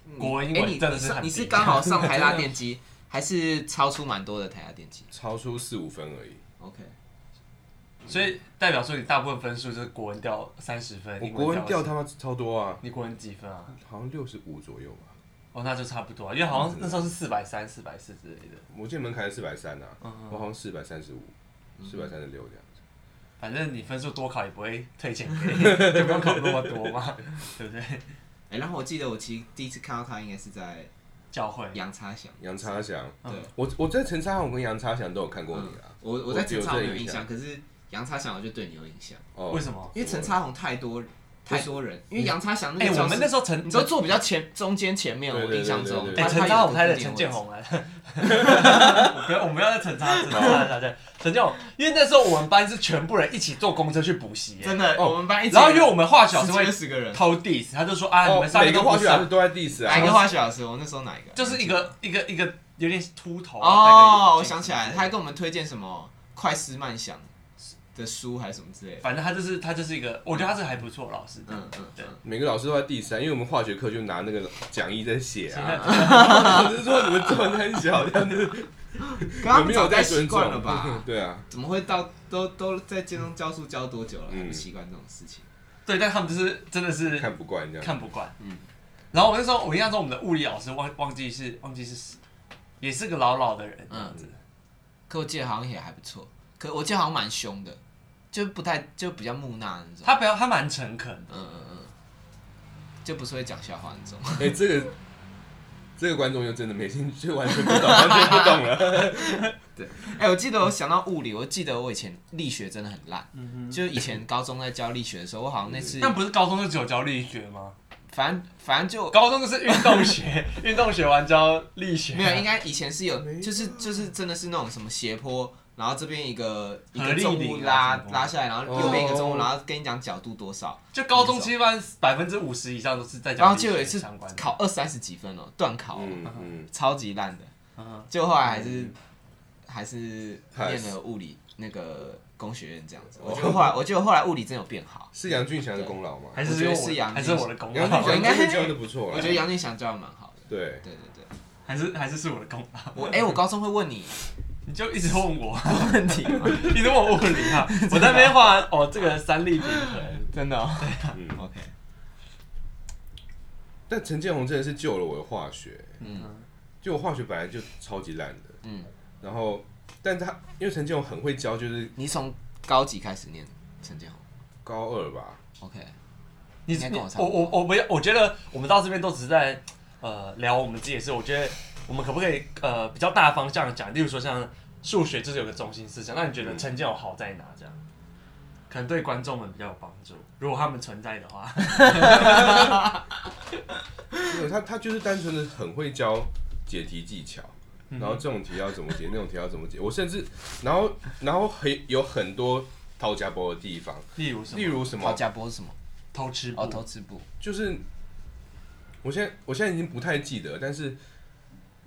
C: 嗯
A: 国文英
C: 哎
A: 文
C: 你
A: 真的
C: 你
A: 是
C: 上
A: 很
C: 你是
A: 低
C: 刚 好上台大电机，还是超出蛮多的台大电机
B: 超出四五分而已。
C: ？OK，
A: 所以代表说你大部分分数就是国文掉三十分，
B: 我
A: 英
B: 国文
A: 10
B: 掉他妈超多啊，
A: 你国文几分啊？
B: 好像六十五左右吧，
A: 哦，那就差不多啊，因为好
C: 嗯
A: 像那时候是四百三、四百四之类的，
B: 我记得门槛是四百三啊，
A: 嗯哼嗯
B: 我好像四百三十五、四百三十六这样。
A: 反正你分数多考也不会退钱给 你，就不用考那么多嘛，对不对？
C: 哎、然后我记得我其实第一次看到他应该是在
A: 教会
C: 杨叉响，
B: 杨叉祥，
A: 嗯
C: 对
B: 我我在陈昌宏跟杨叉祥都有看过你啊。
C: 我
B: 我
C: 我在
B: 只
C: 陈
B: 有
C: 昌宏
B: 这
C: 有
B: 印
C: 印
B: 象
C: 象，可是杨叉响我就对你有印象，
B: 哦，
A: 嗯为什么？
C: 因为陈昌宏太多太多人，因为杨叉响那
A: 哎，
C: 个
A: 我
C: 教
A: 们
C: 室
A: 那时候陈
C: 你都坐比较前中间前面，
B: 对
C: 我
B: 对对
C: 印象中
B: 对。对
A: 哎，
B: 对
A: 陈
C: 他
A: 昌
C: 有
A: 宏拍的
C: 固定
A: 陈
C: 位
A: 建
C: 置，
A: 宏来，不 要，我们要在陈昌陈昌对对， 陈建宏，因为那时候我们班是全部人一起坐公车去补习，哎
C: 真的，
B: 哦
C: 我们班一起
A: 然后因为我们化学老师
C: 十
A: 会
C: 几二十个人，
A: 偷 diss，他就说啊，你
B: 哦
A: 们，上一
B: 每个
A: 都不
B: 化学老
A: 上哎
B: 师，都在 diss
C: 哪一个
B: 啊。
C: 化学老师？我那时候哪一个？
A: 就是一个一个一个有点秃头啊
C: 哦，我想起来，他还跟我们推荐什么快思慢想的书还是什么之类的。
A: 反正他就是他就是一个，我觉得他是还不错的老师，
C: 嗯嗯
A: 对
C: 嗯，
B: 每个老师都在 diss 啊，因为我们化学课就拿那个讲义在写啊。我是说你们中文很小，这样子
C: 刚刚
B: 有没有
C: 在
B: 在
C: 习
B: 尊重
C: 惯了吧？
B: 对啊，
C: 怎么会到都都在建中教书教多久了，还不
B: 嗯
C: 习惯这种事情？
A: 对，但他们就是真的是
B: 看不惯这样。
A: 看不惯。
C: 嗯
A: 然后我那时候我印象中我们的物理老师忘忘记是忘记是谁也是个老老的人，
C: 嗯，可我记得好像也还不错，可我记得好像蛮凶的，就不太就比较木讷那种。
A: 他比较他蛮诚恳的，
C: 嗯嗯嗯，就不是会讲笑话那种。
B: 哎，这个这个观众又真的没兴趣，完全不懂，完全不懂 了。
C: 哎、我记得我想到物理，我记得我以前力学真的很烂，就以前高中在教力学的时候，我好像那次，
A: 嗯但不是高中就只有教力学吗？
C: 反正反正就
A: 高中就是运动学，运动学完教力学，啊
C: 没有，应该以前是有，就是就是真的是那种什么斜坡，然后这边一个一
A: 合
C: 个
A: 力
C: 重
A: 顶啊
C: 物拉
A: 什么
C: 拉下来，然后右边一个重物，
B: 哦
C: 然后跟你讲角度多少，
A: 啊就高中基本上百分之五十以上都是在
C: 然
A: 教
C: 后
A: 力
C: 就有一
A: 学
C: 次
A: 相关的。
C: 考二三十几分哦，断考哦、
B: 嗯嗯，
C: 超级烂的，
A: 嗯
C: 就后来还是、还是
B: Pass
C: 念了物理那个工学院这样子。我觉得后来，我觉得后来物理真有变好，
B: 是杨俊祥的功劳吗？
A: 还
C: 我
A: 是
C: 觉得
A: 因为
C: 是
A: 我
C: 杨
A: 还是我的功
B: 杨俊
A: 劳，
C: 我应该
B: 祥真的教的不错啦。
C: 我觉得杨俊祥教的蛮好的。
B: 对，
C: 对对对，
A: 还是还是是我的功劳。
C: 我哎、我高中会 问你
A: 你就一直问我，
C: 问题吗？
A: 一直问我物理啊，我在那边画哦，这个三力平 衡。
C: 真的、哦、
B: 嗯，
C: ？OK，
B: 但陈建宏真的是救了我的化学，
C: 嗯
B: 就我化学本来就超级烂的，
C: 嗯，
B: 然后，但他因为陈建宏很会教，就是
C: 你从高几开始念陈建宏
B: 高二吧，
C: ？OK，
A: 你
C: 应该跟我差不
A: 我
C: 多
A: 我我没有，我觉得我们到这边都只是在呃聊我们自己的事。我觉得我们可不可以呃比较大方向地讲，例如说像数学就是有个中心思想，那你觉
C: 嗯
A: 得陈建友好在哪？这样可能对观众们比较有帮助，如果他们存在的话。
B: 没有他他就是单纯的很会教解题技巧，
C: 嗯
A: 嗯
B: 然后这种题要怎么解，那种题要怎么解，我甚至然后然后很有很多讨价博的地方，
A: 例如什么？
B: 例如什
C: 高
B: 么，
C: 家波是什么？
A: 偷吃布。
C: 哦，投资部。
B: 就是我现在我现在已经不太记得，但是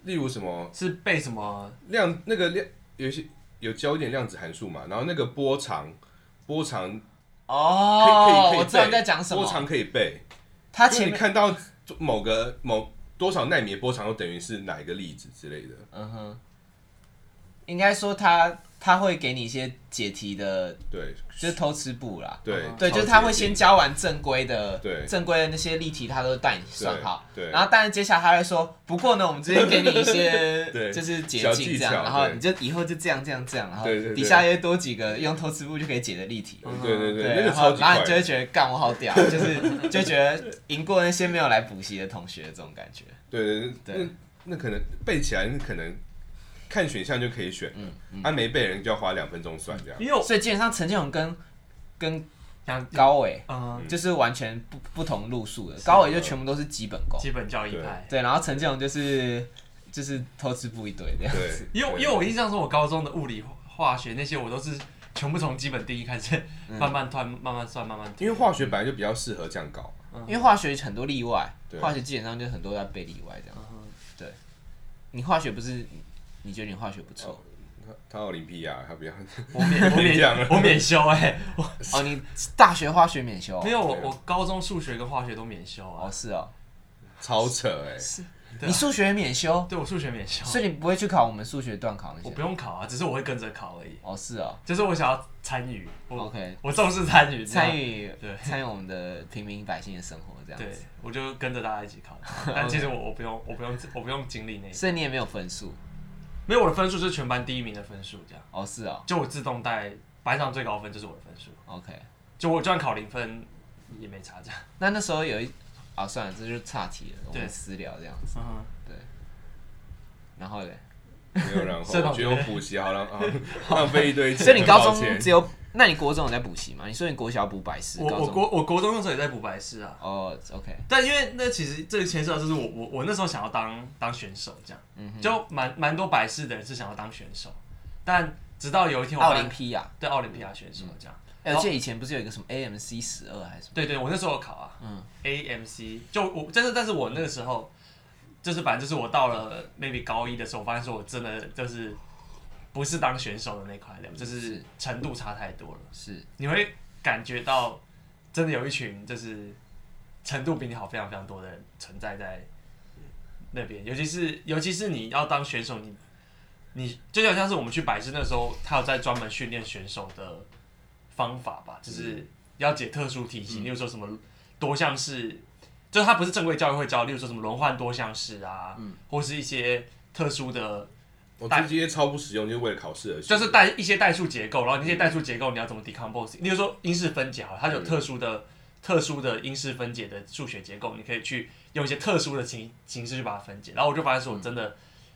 B: 例如什么
A: 是被什么？
B: 量那个量有一些有教一点量子函数嘛，然后那个波长波长
C: 哦
B: 可以可以可以
C: 我知道你
B: 背
C: 在讲什
B: 波
C: 么。
B: 长可以背，
C: 他
B: 因为
C: 前
B: 你
C: 面，
B: 看到某个某多少纳米的波长，就等于是哪一个粒子之类的。
C: 嗯哼，应该说他他会给你一些解题的，
B: 对，
C: 就是偷吃步啦。
B: 对
A: 嗯
C: 哦对，就是他会先，教完正规的，
B: 对
C: 正规的那些例题，他都带你算好。
B: 对对，
C: 然后，但是接下来他会说，不过呢，我们这边给你一些
B: 对
C: 就是捷
B: 小
C: 径
B: 技
C: 这样，
B: 巧
C: 然后
B: 对
C: 你就以后就这样这样这样，然后
B: 对对对
C: 底下又多几个用偷吃步就可以解的例题。
B: 超接近对对对，那
C: 对，
B: 个
C: 然
B: 超
C: 后
B: 级
C: 然后
B: 快
C: 你就会觉得干我好屌，就是就觉得赢过那些没有来补习的同学这种感觉。
B: 对对对
C: 对，
B: 那那可能背起来，那可能看选项就可以选，
C: 嗯嗯。
B: 他没背的人就要花两分钟算这样。
A: 因为我
C: 所以基本上陈建勇跟跟
A: 想
C: 高伟
A: 嗯，
C: 就是完全不不同路数的，高伟就全部都是基本功，
A: 基本教义派。
C: 对，然后陈建勇就是就是偷吃步一堆这样
B: 对
C: 子，，
A: 因为因为我印象中，我高中的物理、化学那些，我都是全部从基本定义开始，
C: 嗯
A: 慢慢算、慢慢算、慢慢
B: 因为化学本来就比较适合这样搞，
A: 嗯
C: 因为化学很多例外
B: 对，
C: 化学基本上就很多在背例外这样
A: 嗯。哼
C: 对，你化学不是你觉得你化学不错
B: 哦他他奥林匹亚他比较
A: 我 免我免我免修哎、
C: 哦？你大学化学免修哦
A: 没有，我
B: 对啊
A: 我高中数学跟化学都免修啊
C: 哦，。是哦，
B: 超扯 哎，
A: 对啊
C: 你数学也免修，
A: 对我数学免修，
C: 哦
A: 啊
C: 所以你不会去考我们数学段考那
A: 我
C: 些
A: 不用考啊，只是我会跟着考而已。
C: 哦？是哦
A: 就是我想要参与我
C: ，OK，
A: 我重视参与，
C: 参
A: 与。
C: 与
A: 对
C: 参与我们的平民百姓的生活这样
A: 对
C: 子，，
A: 我就跟着大家一 起考，但其实我我不用，我不用，我不用经历那一，
C: 所以你也没有分数
A: 没有我的分数就是全班第一名的分数，这样
C: 哦？是哦
A: 就我自动带班上最高分就是我的分数，
C: ，OK。
A: 就我就算考零分也没差这样。
C: 那那时候有一啊，算了，这就是岔题了，我
A: 对
C: 们私聊这样子。
A: 嗯，
C: 对，然后嘞，
B: 没有然后，
A: 社
B: 我
A: 团
B: 觉得我补习好 浪啊，浪费一堆钱。
C: 所以你高
B: 抱
C: 中
B: 歉
C: 只有，那你国中有在补习吗？你说你国小补百事，
A: 我
C: 高
A: 我
C: 中
A: 国我国中那时候也在补白事啊，
C: 哦，OK，
A: 但因为那其实这个牵涉到就是我我我那时候想要当当选手这样，
C: 嗯哼，
A: 就蛮蛮多白事的人是想要当选手，但直到有一天我
C: 奥
A: 发
C: 林匹亚，
A: 对奥林匹亚选手这样，
C: 哎而且以前不是有一个什么 AMC 十二还是什么？
A: 对对，我那时候有考啊，
C: 嗯
A: a m c 就我，但是但是我那个时候，就是反正就是我到了 maybe 高一的时候，我发现说我真的就是不是当选手的那块料，就是
C: 是
A: 程度差太多了，
C: 是，
A: 你会感觉到真的有一群就是程度比你好非常非常多的人存在在那边，尤其是尤其是你要当选手，你你就像像是我们去百事那时候，他有在专门训练选手的方法吧，就是要解特殊题型，例如说什么多项式，就是他不是正规教育会教，例如说什么轮换多项式啊，或是一些特殊的
B: 我这些超不实用，就是为了考试而学。
A: 就是代一些代数结构，然后那些代数结构你要怎么 decompose？例如说因式分解好了，它有特殊的、特殊的因式分解的数学结构，你可以去用一些特殊的形形式去把它分解。然后我就发现说我真的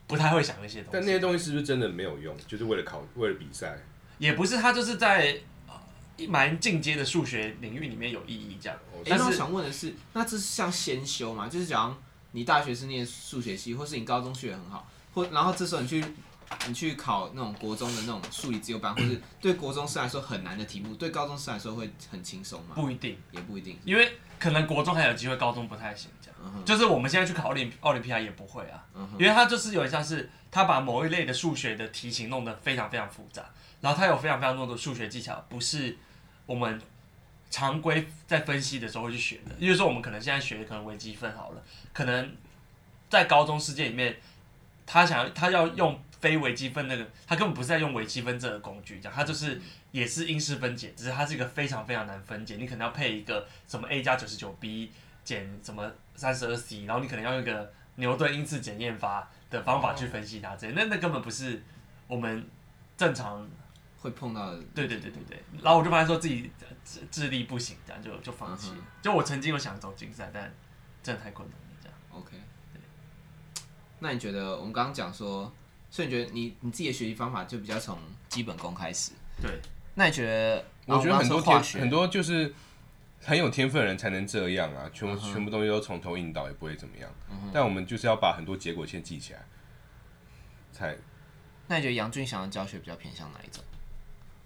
A: 不太会想那些东
B: 但
A: 西，
B: 那些东西是不是真的没有用？就是为了考，为了比赛。
A: 也不是它就是在呃一蛮进阶的数学领域里面有意义这样。
C: 哎、
A: 但
C: 那我
A: 是
C: 想问的是，那这是像先修嘛？就是讲你大学是念数学系，或是你高中学得很好，或然后这时候你去你去考那种国中的那种数理自由班，或是对国中生来说很难的题目，对高中生来说会很轻松嘛？
A: 不一定，
C: 也不一定。
A: 因为可能国中还有机会，高中不太行这样。
C: 嗯哼，
A: 就是我们现在去考奥林奥林匹亚也不会啊，
C: 嗯哼，
A: 因为它就是有点像是他把某一类的数学的题型弄得非常非常复杂，然后它有非常非常多的数学技巧，不是我们常规在分析的时候会去学的。比如说我们可能现在学的可能微积分好了，可能在高中世界里面，他想要他要用非微积分那个，他根本不是在用微积分这个工具，这样他就是也是因式分解，只是它是一个非常非常难分解，你可能要配一个什么 a 加九十九 b 减什么三十二 c，然后你可能要用一个牛顿因次检验法的方法
C: 哦
A: 去分析它，这那那根本不是我们正常。
C: 会碰到的。
A: 对对对对对，然后我就发现说自己呃智智力不行，这样就就放弃了
C: 嗯。
A: 就我曾经有想走竞赛，但真的太困难了，这样。
C: OK，那你觉得我们刚刚讲说，所以你觉得你你自己的学习方法就比较从基本功开始？
A: 对。
C: 那你觉得？
B: 我觉得很多
C: 化
B: 天
C: 学
B: 很多就是很有天分的人才能这样啊，全部、全部东西都从头引导也不会怎么样。但我们就是要把很多结果先记起来，才
C: 那你觉得杨俊祥的教学比较偏向哪一种？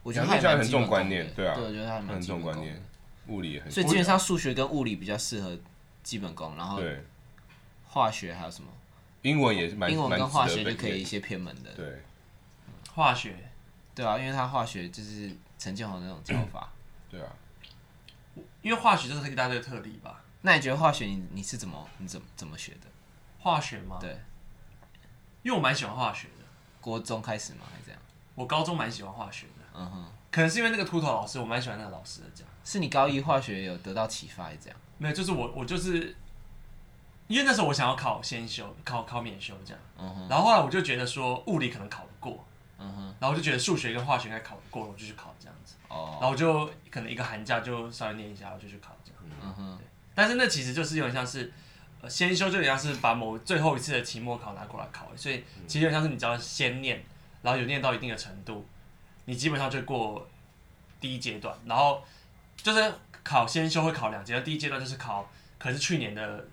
C: 我觉得
B: 杨
C: 他
B: 俊
C: 也
B: 祥
C: 蛮
B: 很
C: 基
B: 重
C: 本
B: 观
C: 功
B: 念
C: 的
B: 对啊
C: 对，我觉得他还蛮
B: 很
C: 基
B: 重
C: 本
B: 观
C: 功
B: 念
C: 的。，
B: 物理也很。
C: 所以基本上数学跟物理比较适合基本功，然后
B: 对
C: 化学还有什么？
B: 英文也是蛮
C: 英文
B: 蛮
C: 跟化学
B: 值得
C: 就可以
B: 被
C: 一些偏门的，
B: 对。
A: 化学，
C: 对啊，因为他化学就是陈建宏那种教法。
B: 对啊，
A: 因为化学就是一大堆特例吧。
C: 那你觉得化学你你是怎么你怎么怎么学的？
A: 化学吗？
C: 对，
A: 因为我蛮喜欢化学的，
C: 国中开始吗？还是这样？
A: 我高中蛮喜欢化学的，
C: 嗯哼，
A: 可能是因为那个秃头老师，我蛮喜欢那个老师的这样。
C: 是你高一化学有得到启发，还是这样？
A: 没有，就是我我就是。因为那时候我想要考先修，考考免修这样，
C: 嗯哼，
A: 然后后来我就觉得说物理可能考不过，
C: 嗯哼，
A: 然后我就觉得数学跟化学应该考不过，我就去考这样子。然
C: 哦，
A: 后我就可能一个寒假就稍微念一下，我就去考这样。
C: 嗯哼，
A: 但是那其实就是有点像是，呃，先修就有点像是把某最后一次的期末考拿过来考，所以其实有点像是你只要先念，然后有念到一定的程度，你基本上就过第一阶段。然后就是考先修会考两阶段，第一阶段就是考可能是去年的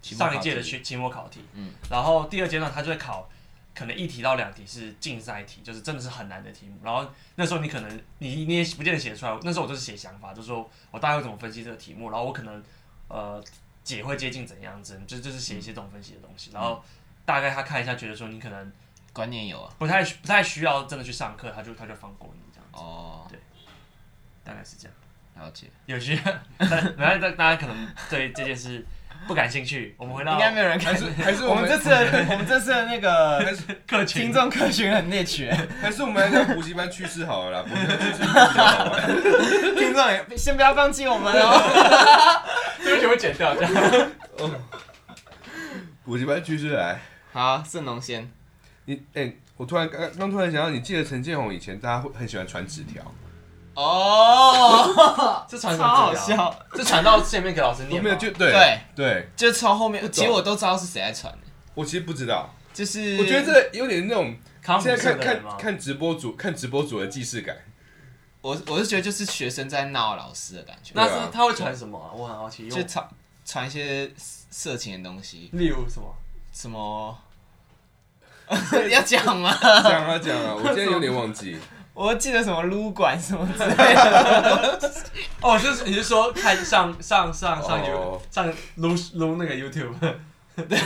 C: 期末考
A: 上一届的
C: 题
A: 学期末考题，
C: 嗯，
A: 然后第二阶段它就会考可能一题到两题是竞赛题，就是真的是很难的题目。然后那时候你可能你你也不见得写得出来，那时候我就是写想法，就是说我大概会怎么分析这个题目，然后我可能呃解会接近怎样子，就就是写一些这种分析的东西，然后大概他看一下，觉得说你可能
C: 观念有啊。
A: 不太不太需要真的去上课，他就他就放过你这样，
C: 哦，
A: 大概是这样。
C: 了解。
A: 有 需要，但然后大大家可能对这件事不感兴趣，我们回到
C: 应该没有人看
B: 还。是还是
C: 我
B: 我
C: 们
B: 们
C: 这次的 我们这次的那个
A: 客群
C: 听众客 群很内群，
B: 还是我们来讲补习班趣事好了啦，补习班趣事比较好玩。
C: 听众也先不要放弃我们 哦。
A: 对不起，我剪掉 这样。
B: 补习班趣事来，
C: 好，盛龙先。
B: 你哎、我突然刚刚突然想到，你记得陈建宏以前大家会很喜欢传纸条，
C: 哦，
A: 这传什
C: 超
A: 么
C: 好
A: 纸条？
C: 笑。
A: 这传到前面给老师念吗
B: 没有就对
C: 对
B: 对，
C: 就从后面，其实我都知道是谁在传的。
B: 我其实不知道，
C: 就是
B: 我觉得这有点那种
A: 康复
B: 现在
A: 社
B: 看
A: 的人吗
B: 看？看直播主看直播主的既视 感，
C: 我我是觉得就是学生在闹老师的感觉，
A: 那
B: 对啊
A: 是他会传什么啊？我很好奇。因
C: 就
A: 为
C: 传传一些色情的东西，
A: 例如什么？
C: 什 么要讲吗？
B: 讲啊讲啊，我现在有点忘 记，
C: 我记得什么撸管什么之类的，
A: 哦，就是你是说看上上上上 You
B: 哦
A: 上撸撸那个 YouTube？对，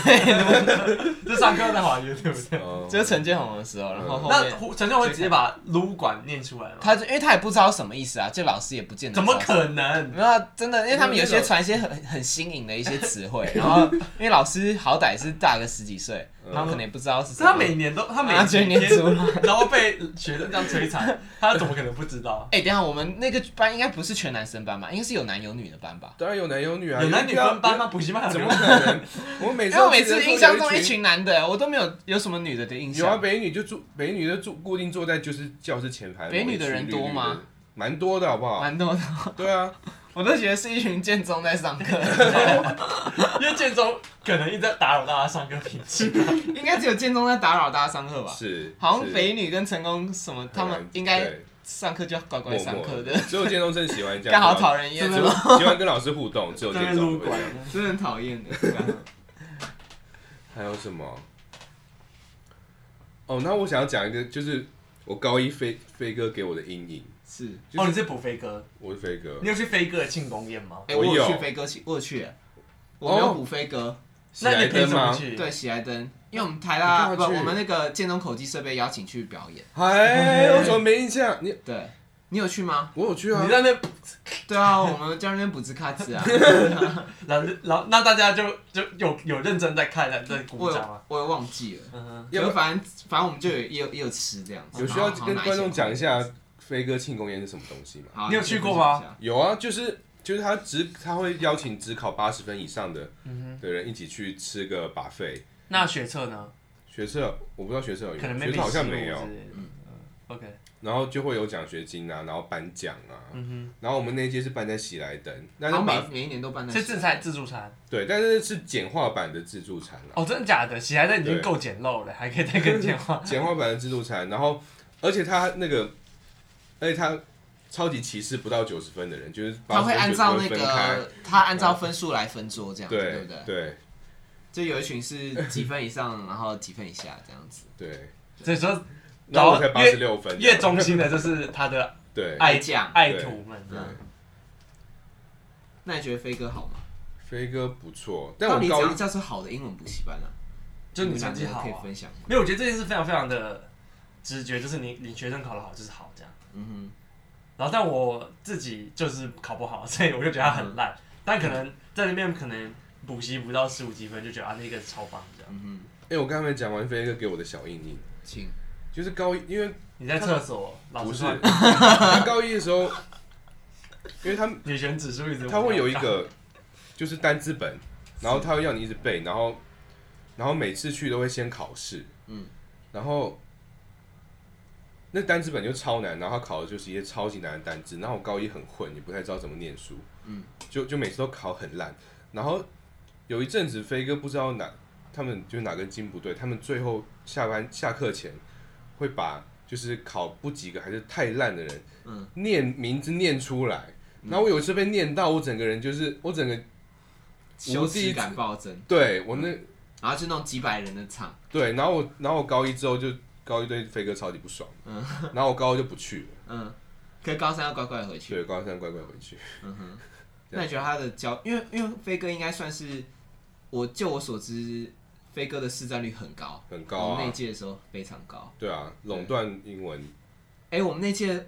A: 撸就上课在滑 YouTube 这样。
B: 哦
C: 就是陈建宏的时候，然后后
A: 那
C: 面
A: 胡陈建宏会直接把撸管念出来吗？
C: 他就因为他也不知道什么意思啊，就老师也不见得
A: 怎么
C: 知道什
A: 可能？
C: 没有啊，真的，因为他们有些传一些很很新颖的一些词汇，然后 因为老师好歹是大个十几岁，
B: 嗯
C: 他们可能也不知道是什
A: 是
C: 么。
A: 他每年都他每
C: 啊全年出来
A: 然后被学生这样摧残，他怎么可能不知道？
C: 哎、等一下我们那个班应该不是全男生班吧？应该是有男有女的班吧？
B: 当然有男有女啊，
A: 有男女
B: 不要
A: 分班吗？？补习班有
B: 怎么
A: 女
B: 可能？我每
C: 因
B: 次
C: 为
B: 都
C: 我每
B: 记得
C: 次
B: 说
C: 印象
B: 有
C: 中一群男的，我都没有有什么女的的印
B: 有啊，
C: 象。
B: 北女就住北女就住固定坐在就是教室前排。
C: 北女的人多吗？
B: 蛮多的，好不好？
C: 蛮多的，
B: 对 啊，
C: 我都觉得是一群建中在上课，
A: 因为建中可能一直在打扰大家上课品 质。
C: 应该只有建中在打扰大家上课吧？
B: 是
C: 好像
B: 是
C: 北女跟成功什么，他们应该
B: 对
C: 上课就要乖乖
B: 默
C: 上
B: 默
C: 课的，
B: 的。只有建中生喜欢这样，
C: 刚好讨人厌，
A: 真
C: 真
A: 的
C: 的
A: 吗
B: 喜欢跟老师互动，只有
A: 在那
B: 建
A: 边撸
B: 中会这
A: 管
B: 样。
C: 真的很讨厌 的。
B: 还有什么？哦，那我想要讲一个，就是我高一飞飞哥给我的阴影，
C: 是，
B: 就
A: 哦，
B: 是
A: 你是补飞哥，
B: 我是飞哥
A: 你，有去飞哥的庆功宴吗？
C: 哎、
B: 我
C: 我有
B: 有
C: 去飞哥去，我有去，我没有
B: 哦
C: 补飞哥，
A: 那你凭
B: 喜来登
A: 什么
B: 吗？
A: 去？
C: 对，喜来登，因为我们台
B: 你
C: 大
B: 干
C: 不，
B: 嘛去
C: 我们那个建中口技设备邀请去表演，
B: 哎，我怎么没印象？你
C: 对。你有去 吗？
B: 我有去啊
A: 你？在那边，
C: 对啊，我们教练补支卡 子啊，
A: 然后然后那大家就就有有认真在看，在鼓
C: 我
A: 掌啊吗
C: 有？我有忘记了，
A: 嗯哼，
B: 要
C: 就
B: 不
C: 反正反正我们就有也有也有吃这样子。
B: 有需要
C: 然后
B: 跟观众讲一？下飞哥庆功宴是什么东西吗？
C: 然后拿一些好
A: 你有去过吗？
B: 有啊，就是就是他只他会邀请只考八十分以上的
A: 嗯
B: 的人一起去吃个把费。
A: 那学测呢？
B: 学测我不知道学测有没有，
A: 可能
B: 学
A: maybe
B: 测好像
A: 15
B: 没有
A: 之。类的。嗯 OK，
B: 然后就会有奖学金啊，然后颁奖啊。
A: 嗯
B: 然后我们那一届是办在喜来登，但
C: 然
B: 是
C: 后
B: 把
C: 每每一年都办
A: 哼，
C: 那
A: 是自餐自助餐
B: 对，但是是简化版的自助餐啊啦，
A: 哦，真的假的？喜来登已经
B: 对
A: 够简陋了，还可以再更简化。
B: 简化版的自助餐。然后，而且他那个，而且他超级歧视不到九十分的人，就是
C: 他会
B: 80
C: 按照那
B: 90分开
C: 个他按照分数来分桌这样子，对
B: 对
C: 不对？
B: 对
C: 就有一群是几分以上，然后几分以下这样子。
B: 对，
A: 所以说
B: 然后我才
A: 然后
B: 八
A: 越
B: 十六分，
A: 越中心的就是他的
B: 对
A: 爱
C: 爱将嗯
A: 爱徒们这
B: 对
A: 样。，
C: 那你觉得飞哥好吗？
B: 飞哥不错，但
C: 到
B: 我
C: 底怎
B: 高
C: 样
B: 一
C: 叫做好的英文补习班呢、啊？
A: 就你
C: 们
A: 成
C: 两
A: 绩
C: 个
A: 好、
C: 可以
A: 啊，
C: 分享吗？
A: 没有，我觉得这件事非常非常的直觉，就是你你学生考得好就是好这样。
C: 嗯
A: 然后但我自己就是考不好，所以我就觉得他很
B: 嗯
A: 烂。但可能在那边可能补习不到十五积分，就觉得啊那个超棒这
C: 哼，
A: 样。
C: 嗯
B: 哎，我刚才讲完飞哥给我的小印印，
C: 哼，请。
B: 就是高一，因为
A: 你在厕所，老
B: 不
A: 师
B: 是
A: 说
B: 他高一的时候，因为他
A: 女权指数一直
B: 他会有一
A: 往上
B: 个就是单字本，然后他会要你一直背，然后然后每次去都会先考试，
C: 嗯
B: 然后那单字本就超难，然后他考的就是一些超级难的单字，然后我高一很混，也不太知道怎么念书，
C: 嗯，
B: 就就每次都考很烂，然后有一阵子飞哥不知道哪他们就哪根筋不对，他们最后下班下课前会把就是考不及格还是太烂的人
C: 嗯，
B: 念名字念出来。然后嗯我有一次被念到，我整个人就是我整个
C: 羞
B: 第一
C: 耻
B: 次
C: 感暴增，
B: 对我那
C: 然后就那种几百人的场，
B: 对，然后我然后我高一之后就高一对飞哥超级不爽，
C: 嗯
B: 然后我高二就不去了，
C: 嗯，可是高三要乖乖回去。
B: 对，高三乖乖回去。
C: 嗯哼，那你觉得他的教，因为因为飞哥应该算是我就我所知，飞哥的市占率很高，
B: 很
C: 我
B: 高
C: 们那
B: 啊
A: 哦
C: 一，届的时候非常高。
B: 对啊，垄断英文，
C: 哎、我们那届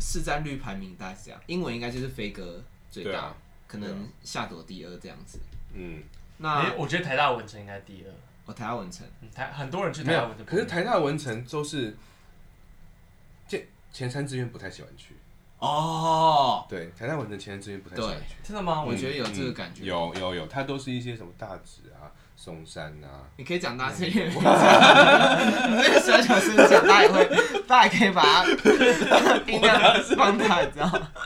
C: 市占率排名大概是这样，英文应该就是飞哥最
B: 对
C: 大，
B: 啊，
C: 可能下朵第二这样子。
B: 嗯，
C: 那、
A: 诶我觉得台大文成应该第二，
C: 我台湾文成，
A: 嗯台很多人去
B: 没
A: 台大
B: 有
A: 文，成，
B: 可是台大文成都是前前三志愿不太喜欢去，
C: 哦，
B: 对，台大文成前三志愿不太喜欢去。
A: 真的吗？
C: 我
A: 我
C: 觉得有
B: 嗯
C: 这个感觉
B: 嗯有有有，它都是一些什么大直啊、松山啊，
C: 你可以讲大声一点， 你这个小小声讲，大家也会， 大家也可以把它 音量放大，你知道吗？
A: 嗯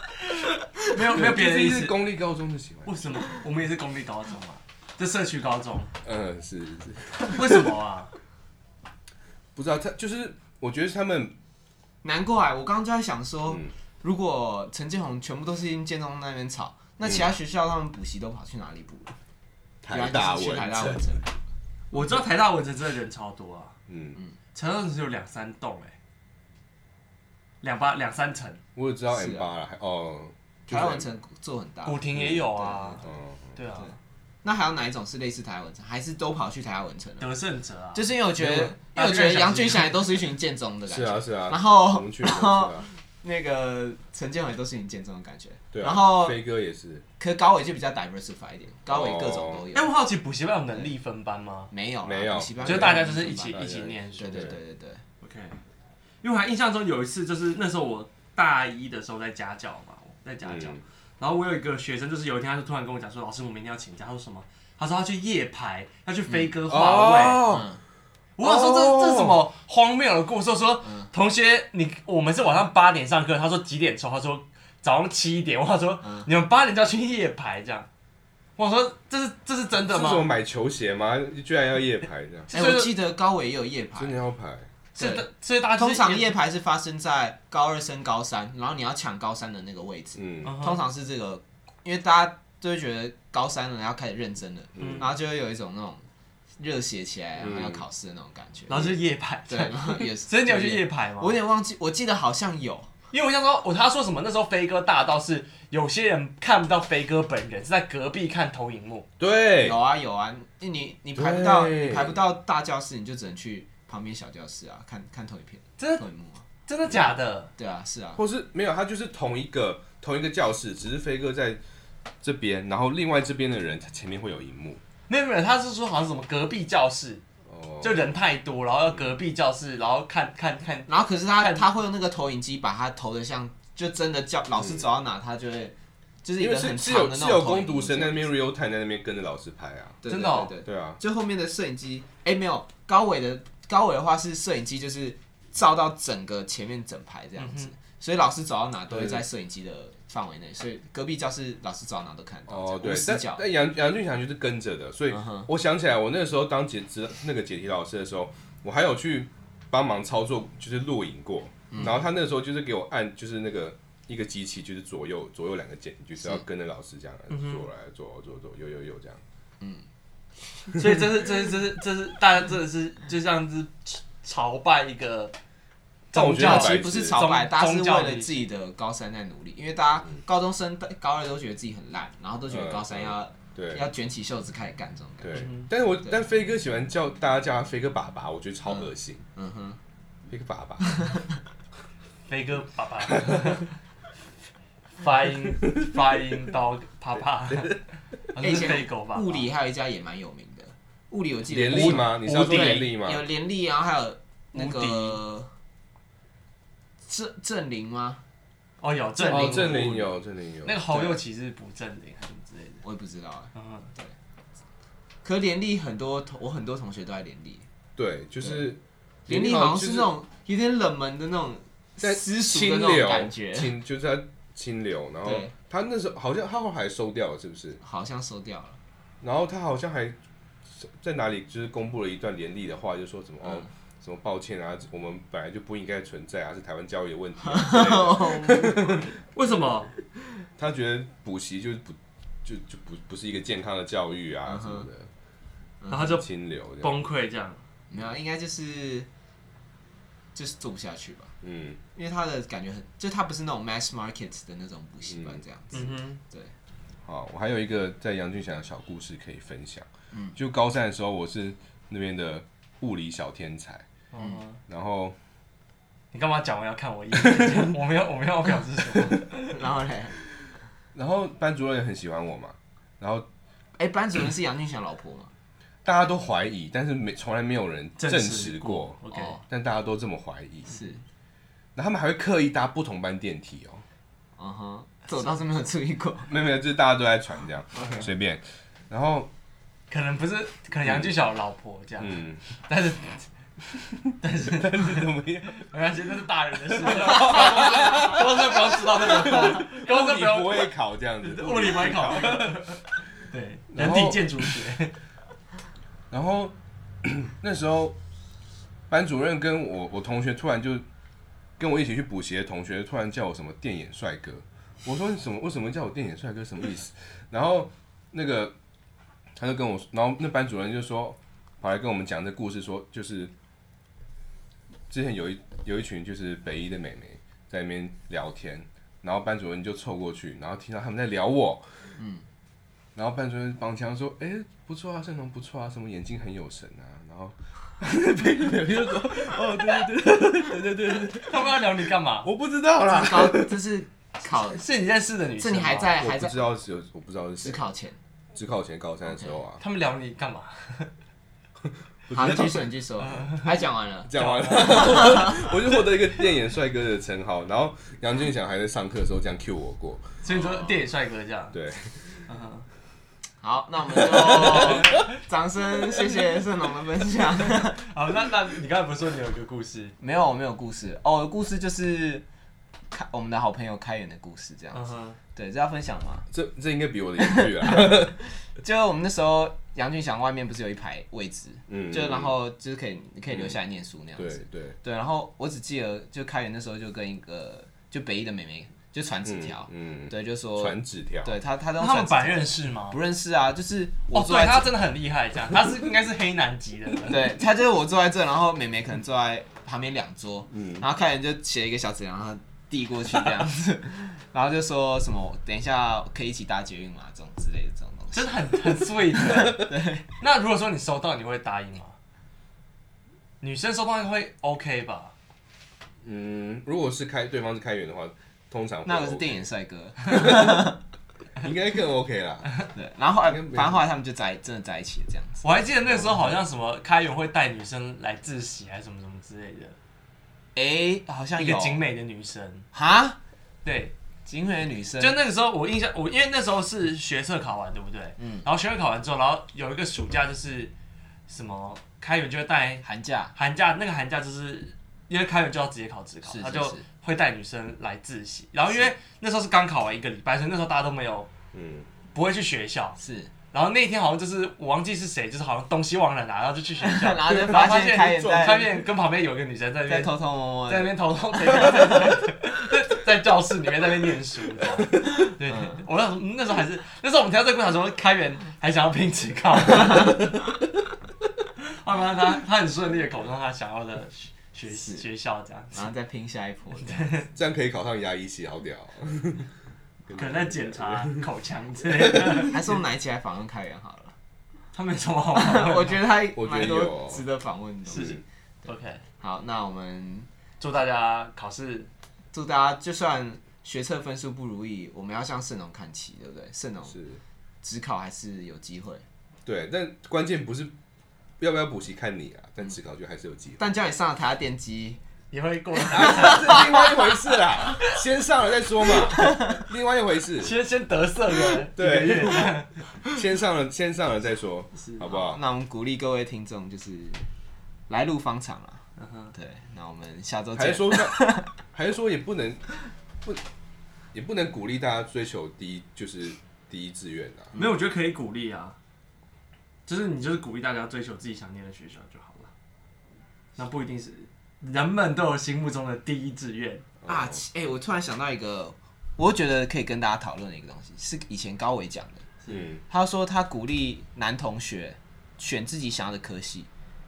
A: 没有没有别的
B: 就是
A: 意
B: 一些
A: 思。
B: 公立高中的喜欢，
A: 为什么我们也是公立高中啊？这社区高中，
B: 嗯，是是是，
A: 为什么啊？
B: 不知道他就是，我觉得他们
C: 难怪我刚刚就在想说，
B: 嗯
C: 如果陈建宏全部都是因建中那边吵，那其他学校他们补习都跑去哪里补？
B: 嗯台大文
C: 原来就是去台大
B: 成
C: 文，成。
A: 我知道台大文成真的人超多啊，
B: 嗯，
A: 成大文成只有两三栋哎、两八两三层，
B: 我只知道
C: 是
B: M
C: 啊
B: 八了，还哦，就
C: 台
B: 是
C: 大文成做很大，
A: 古亭也有啊，
B: 哦，
A: 对啊，
C: 那还有哪一种是类似台大文成，还是都跑去台大文成了？
A: 德胜者啊，
C: 就是因为我觉得，
A: 没有
C: 因为我觉得杨俊祥也都是一群建中的感
B: 是
C: 觉，
B: 啊是啊，
C: 然后
B: 红雀也是啊，
C: 那个陈建宏也都是一群建中的感觉，
B: 对啊，
C: 然后
B: 飞哥也是，
C: 可高伟就比较 diversify 一点，高伟各种都有，
A: 哎、我好奇补习班有能力分班吗？
C: 没有啦
B: 哦
C: 啊
B: 没有
C: 补习班
A: 就是大家就是一起
B: 大家
A: 一起念书
C: 对对对对对，
A: ，OK。因为我还印象中有一次，就是那时候我大一的时候在家教嘛，我在家教，
B: 嗯
A: 然后我有一个学生，就是有一天他就突然跟我讲说，老师我明天要请假，他说什么？他说他去夜排，要去飞鸽花卉。
B: 哦，
C: 嗯，
A: 我想说这
B: 哦
A: 这是什么荒谬的故事？我说
C: 嗯
A: 同学，你我们是晚上八点上课，他说几点抽？他说早上七点。我想说
C: 嗯
A: 你们八点就要去夜排这样。我想说这是这是真
B: 嗯这
A: 的
B: 是我
A: 吗？
B: 买球鞋吗？居然要夜排 这样，
C: 哎、
A: 所以
C: 我记得高伟也有夜排
B: 真，的要排，
A: 是
C: 对
A: 的，所以大家
C: 通常
A: 夜
C: 夜排是发生在高二升高三，然后你要抢高三的那个位置，
B: 嗯
C: 通常是这个，因为大家就会觉得高三了要开始认真了，
A: 嗯
C: 然后就会有一种那种热血起来，然后
B: 嗯
C: 要考试的那种感觉。
A: 然后就是夜排，
C: 对， 然后也是。
A: 所以你有去夜排吗？
C: 我有点忘记，我记得好像有，
A: 因为我想说，我他说什么？那时候飞哥大到是有些人看不到飞哥本人，是在隔壁看投影幕。
B: 对
C: 有，啊有啊，你你排不到，
B: 对
C: 你排不到大教室，你就只能去旁边小教室啊，看看投影片，
A: 真的
C: 投影幕啊。
A: 真的假的？
C: 对啊，是啊，
B: 或是没有，他就是同一个同一个教室，只是飞哥在这边，然后另外这边的人他前面会有荧幕，
A: 没有没有，他是说好像什么隔壁教室，
B: 哦，
A: 就人太多，然后要隔壁教室，然后看看看，
C: 然后可是他
A: 看
C: 他会用那个投影机把他投的像，就真的教老师走到哪，他就会就是一
B: 因为
C: 个
B: 是
C: 很
B: 是
C: 长
B: 有
C: 的
B: 是
C: 那
B: 有
C: 种投影
B: 攻
C: 幕
B: 读生
C: 这
B: 在
C: 样
B: 那边 real time 在那边跟着老师拍啊，
C: 对
A: 真
C: 对
A: 的哦
C: 对对
B: 对啊，
C: 最后面的摄影机，哎、没有高伟的高伟的话是摄影机，就是照到整个前面整排这样子，
A: 嗯
C: 所以老师走到哪都会在摄影机的范围内，所以隔壁教室老师走到哪都看得到，
B: 哦，
C: 这样
B: 对
C: 无，死
B: 但
C: 角。
B: 但杨杨俊祥就是跟着的，所以
C: 嗯哼
B: 我想起来，我那时候当解职那个解题老师的时候，我还有去帮忙操作，就是录影过。
C: 嗯
B: 然后他那时候就是给我按，就是那个一个机器，就是左右左右两个键，就是要跟着老师这样
A: 嗯哼
B: 左来左左左右右右这样。
A: 所以这是 这是这是这是大家真的是就像是朝拜一个
B: 但我
A: 宗
B: 觉得
A: 教
B: 很
C: 其
B: 白
C: 实
B: 痴
C: 不是朝拜，
A: 宗
C: 大家是
A: 宗
C: 为
A: 教
C: 了
A: 迷信
C: 自己的高三在努力，因为大
B: 嗯
C: 家高中生、高二都觉得自己很烂，然后都觉得高三要、
B: 嗯对
C: 要卷起袖子开始干这种感觉。
B: 对
A: 嗯，
B: 但是我
C: 对
B: 但飞哥喜欢叫大家叫他飞哥爸爸，我觉得超恶心。
C: 嗯哼，
B: 飞哥爸爸，
A: 飞哥爸 爸，发音发音刀啪啪，好
C: 哎
A: 像
C: 以
A: 是
C: 前
A: 飞狗吧？
C: 物理还有一家也蛮有名的，物理我记得
B: 连立吗？你是要说
A: 无敌
B: 连立吗？
C: 有连立，然后还有那
A: 无
C: 个郑郑林吗？
A: 哦有正
B: 哦
A: 林，
B: 郑林有郑林有
A: 那个侯友其实不正林还是什么之类的，
C: 我也不知道啊。
A: 嗯，
C: 可连立很多同，我很多同学都在连立，
B: 对，就是
C: 连立好像是
B: 就
C: 那种有点冷门的那种
B: 在
C: 私塾的
B: 清
C: 那
B: 流
C: 种感觉，
B: 清就是他清流，然后
C: 对
B: 他那时候好像他后来收掉了，是不是？
C: 好像收掉了。
B: 然后他好像还在哪里就是公布了一段连立的话，就说什么、
C: 嗯
B: 哦什么抱歉啊，我们本来就不应该存在啊，是台湾教育的问题、 啊之类的。
A: 为什么？
B: 他觉得补习就是不就就不不是一个健康的教育啊
C: 嗯
B: 什
C: 哼
B: 么的，
A: 然后就
B: 清流这样，
A: 崩溃这样。
C: 没有，啊应该就是就是做不下去吧，
B: 嗯，
C: 因为他的感觉很，就他不是那种 mass market 的那种补习班
B: 嗯
C: 这样子。
A: 嗯哼，
B: 好，我还有一个在杨俊祥的小故事可以分享。嗯，就高三的时候，我是那边的物理小天才，
A: 哦，
B: 然后。
A: 你干嘛讲完要看我一眼？我没有我没有表示什么。
C: 然后嘞，
B: 然后班主任也很喜欢我嘛，然后
C: 哎，班主任是杨俊祥老婆吗？
B: 大家都怀疑，但是没从来没有人证
A: 证
B: 实过，
A: OK，
C: 哦
B: 但大家都这么怀疑。
C: 是，
B: 然后他们还会刻意搭不同班电梯哦，
C: 嗯哼，这我倒是没有注意 过。
B: 没有没有，就是大家都在传这样，随便。然后
A: 可能不是，可能杨俊晓的老婆这样，
B: 嗯，
A: 但是
B: 但是怎么样？
A: 没关系，那是大人 的事。高中不要知道那个，高中不
B: 物理
A: 要
B: 不会考这样子，
A: 物理不会考。对，
B: 然
A: 人
B: 后
A: 体建筑学。
B: 然后嗯那时候班主任跟我我同学突然就跟我一起去补习的同学，突然叫我什么电眼帅哥，我说你什么为什么叫我电眼帅哥什么意思？然后那个他就跟我，然后那班主任就说跑来跟我们讲这故事说就是之前有一有一群就是北一的美眉在那边聊天，然后班主任就凑过去，然后听到他们在聊我，然后班主任帮腔说：“哎、不错啊，盛彤不错啊，什么眼睛很有神啊。”然 后贝贝就说：“哦，对对对对对对对，对
A: 他们要聊你干嘛？
B: 我不知道啦，
C: 高，这是考，
A: 是你认识的女
C: 这
A: 生吗？
C: 你还在还
B: 我不
C: 在
B: 知道是有，我不知道是
C: 只
B: 谁。
C: 考前。
B: 只考前高三的时候
C: 嗯
B: 啊，
A: 他们聊你干嘛？
C: 好，你继续说，你继续 说，他讲完了。
B: 讲完 了，我就获得一个电眼帅哥的称号。然后杨俊祥还在上课的时候这样 cue 我过，
A: 所以你说电影帅哥这样，嗯
B: 对，
C: 好，那我们就掌声谢谢盛龙的分享。
A: 好，那那你刚才不是说你有一个故事？
C: 没有，没有故事哦，我的故事就是开我们的好朋友开源的故事，这样
A: 嗯哼，
C: 对，这要分享吗？
B: 这这应该比我的有趣 啊。
C: 就我们那时候杨俊祥外面不是有一排位置，
B: 嗯，
C: 就然后就是可以你可以留下来念书那样
B: 对
C: 子。
B: 对，
C: 对，然后我只记得就开源那时候就跟一个就北一的妹妹就传纸条，
B: 嗯，
C: 对，就说
B: 传纸条，
C: 对他他都
A: 那
C: 用
A: 他们
C: 传纸条
A: 本来认识吗？
C: 不认识啊，就是我
A: 哦，
C: 坐
A: 对
C: 在
A: 他
C: 这，
A: 真的很厉害，这样他是应该是黑男级的 人。
C: 对他就是我坐在这，然后妹妹可能坐在旁边两桌，
B: 嗯
C: 然后开源就写一个小纸条，然后递过去这样子， 然后就说什么等一下可以一起搭捷运嘛，这种之类的这种东西。
A: 真的很很 sweet。对，那如果说你收到，你会答应吗？女生收到会 OK 吧？
B: 嗯，如果是开对方是开源的话，通常会
C: 那个是
B: OK
C: 电影帅哥，
B: 应该更 OK 啦。
C: 对，然后后来
B: 应该没有
C: 反正后来他们就在真的在一起了这样子。
A: 我还记得那时候好像什么开源会带女生来自习，还是什么什么之类的，
C: 哎、好像
A: 一个
C: 有
A: 景美的女生。
C: 哈，
A: 对，
C: 景美的女生
A: 就那个时候我印象，我因为那时候是学测考完，对不对？
C: 嗯。
A: 然后学测考完之后，然后有一个暑假就是什么开源就会带
C: 寒假
A: 寒假那个寒假就是因为开源就要直接考自考，
C: 是
A: 他
C: 是
A: 就是会带女生来自习。然后因为那时候是刚考完一个礼拜，所以那时候大家都没有
B: 嗯，
A: 不会去学校。
C: 是，
A: 然后那一天好像就是我忘记是谁，就是好像东西忘了拿，然后就去学校，
C: 然后就
A: 然后
C: 发
A: 发
C: 现
A: 现
C: 开
A: 发
C: 眼在
A: 现跟旁边有一个女生在那
C: 在
A: 边
C: 偷偷摸摸
A: 在那
C: 的，
A: 边偷偷 在在教室里面在那边念书，这 样对，
C: 嗯
A: 我那时候嗯那时候还是那时候我们听到这个故事的时候，开源还想要拼职考，他们他他很顺利的考上他想要的学
C: 是啊
A: 学校这样子
C: 然，后再拼下一波。
B: 这样可以考上牙医系，好屌哦、
A: 可能在检查口腔之类的，
C: 还是我们哪一期来访问开源好了？
A: 他们有什么好玩 的？
C: 我觉得他
B: 我觉得
C: 蛮
B: 有
C: 多
B: 哦
C: 值得访问的东西。
A: OK，
C: 好，那我们
A: 祝大家考试
C: 祝大家，就算学测分数不如意，我们要向盛农看齐，对不对？盛农
B: 是，
C: 只考还是有机会，
B: 对，但关键不是要不要补习看
A: 嗯
B: 你啊，但只考就还是有机会，
C: 但叫你上了台下电机，
A: 也会过。
B: 这是另外一回事 啦，先上了再说嘛，另外一回事，
A: 先先得瑟个
B: 对
A: 一个月这样
B: 先上了先上了再说，好不好？
C: 那我们鼓励各位听众就是来路方长啦。对，那我们下周
B: 嗯还
C: 见
B: 是。说那， 还是说也不能不也不能鼓励大家追求第一就是第一志愿啊，
A: 没有，我觉得可以鼓励啊，就是你就是鼓励大家追求自己想念的学校就好了。那不一定是人们都有心目中的第一志愿，
C: 啊，
B: 哦
C: 其哎、我突然想到一个，我觉得可以跟大家讨论的一个东西，是以前高伟讲的。
B: 嗯，
C: 他说他鼓励男同学选自己想要的科系，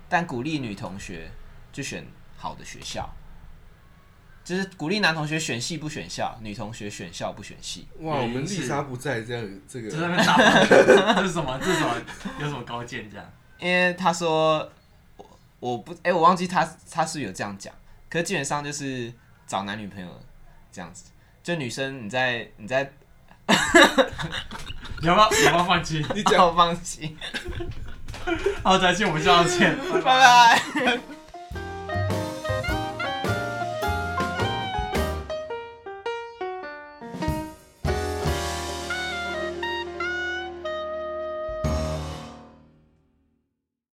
C: 但鼓励女同学就选好的学校。就是鼓励男同学选系不选校，女同学选校不选系。
B: 哇，我们
A: 原因是
B: 丽莎不在，这样这
A: 就在
B: 个
A: 那边打 扮，这是什么？这是什么？有什么高见这样？
C: 因为他说，我我不哎、我忘记他他是不是有这样讲，可是基本上就是找男女朋友这样子。就女生你在你在
A: 你要不要？你要不要放弃？哦
B: 你讲
C: 好放弃，
A: 好，再见，我们下次见，拜
C: 拜拜。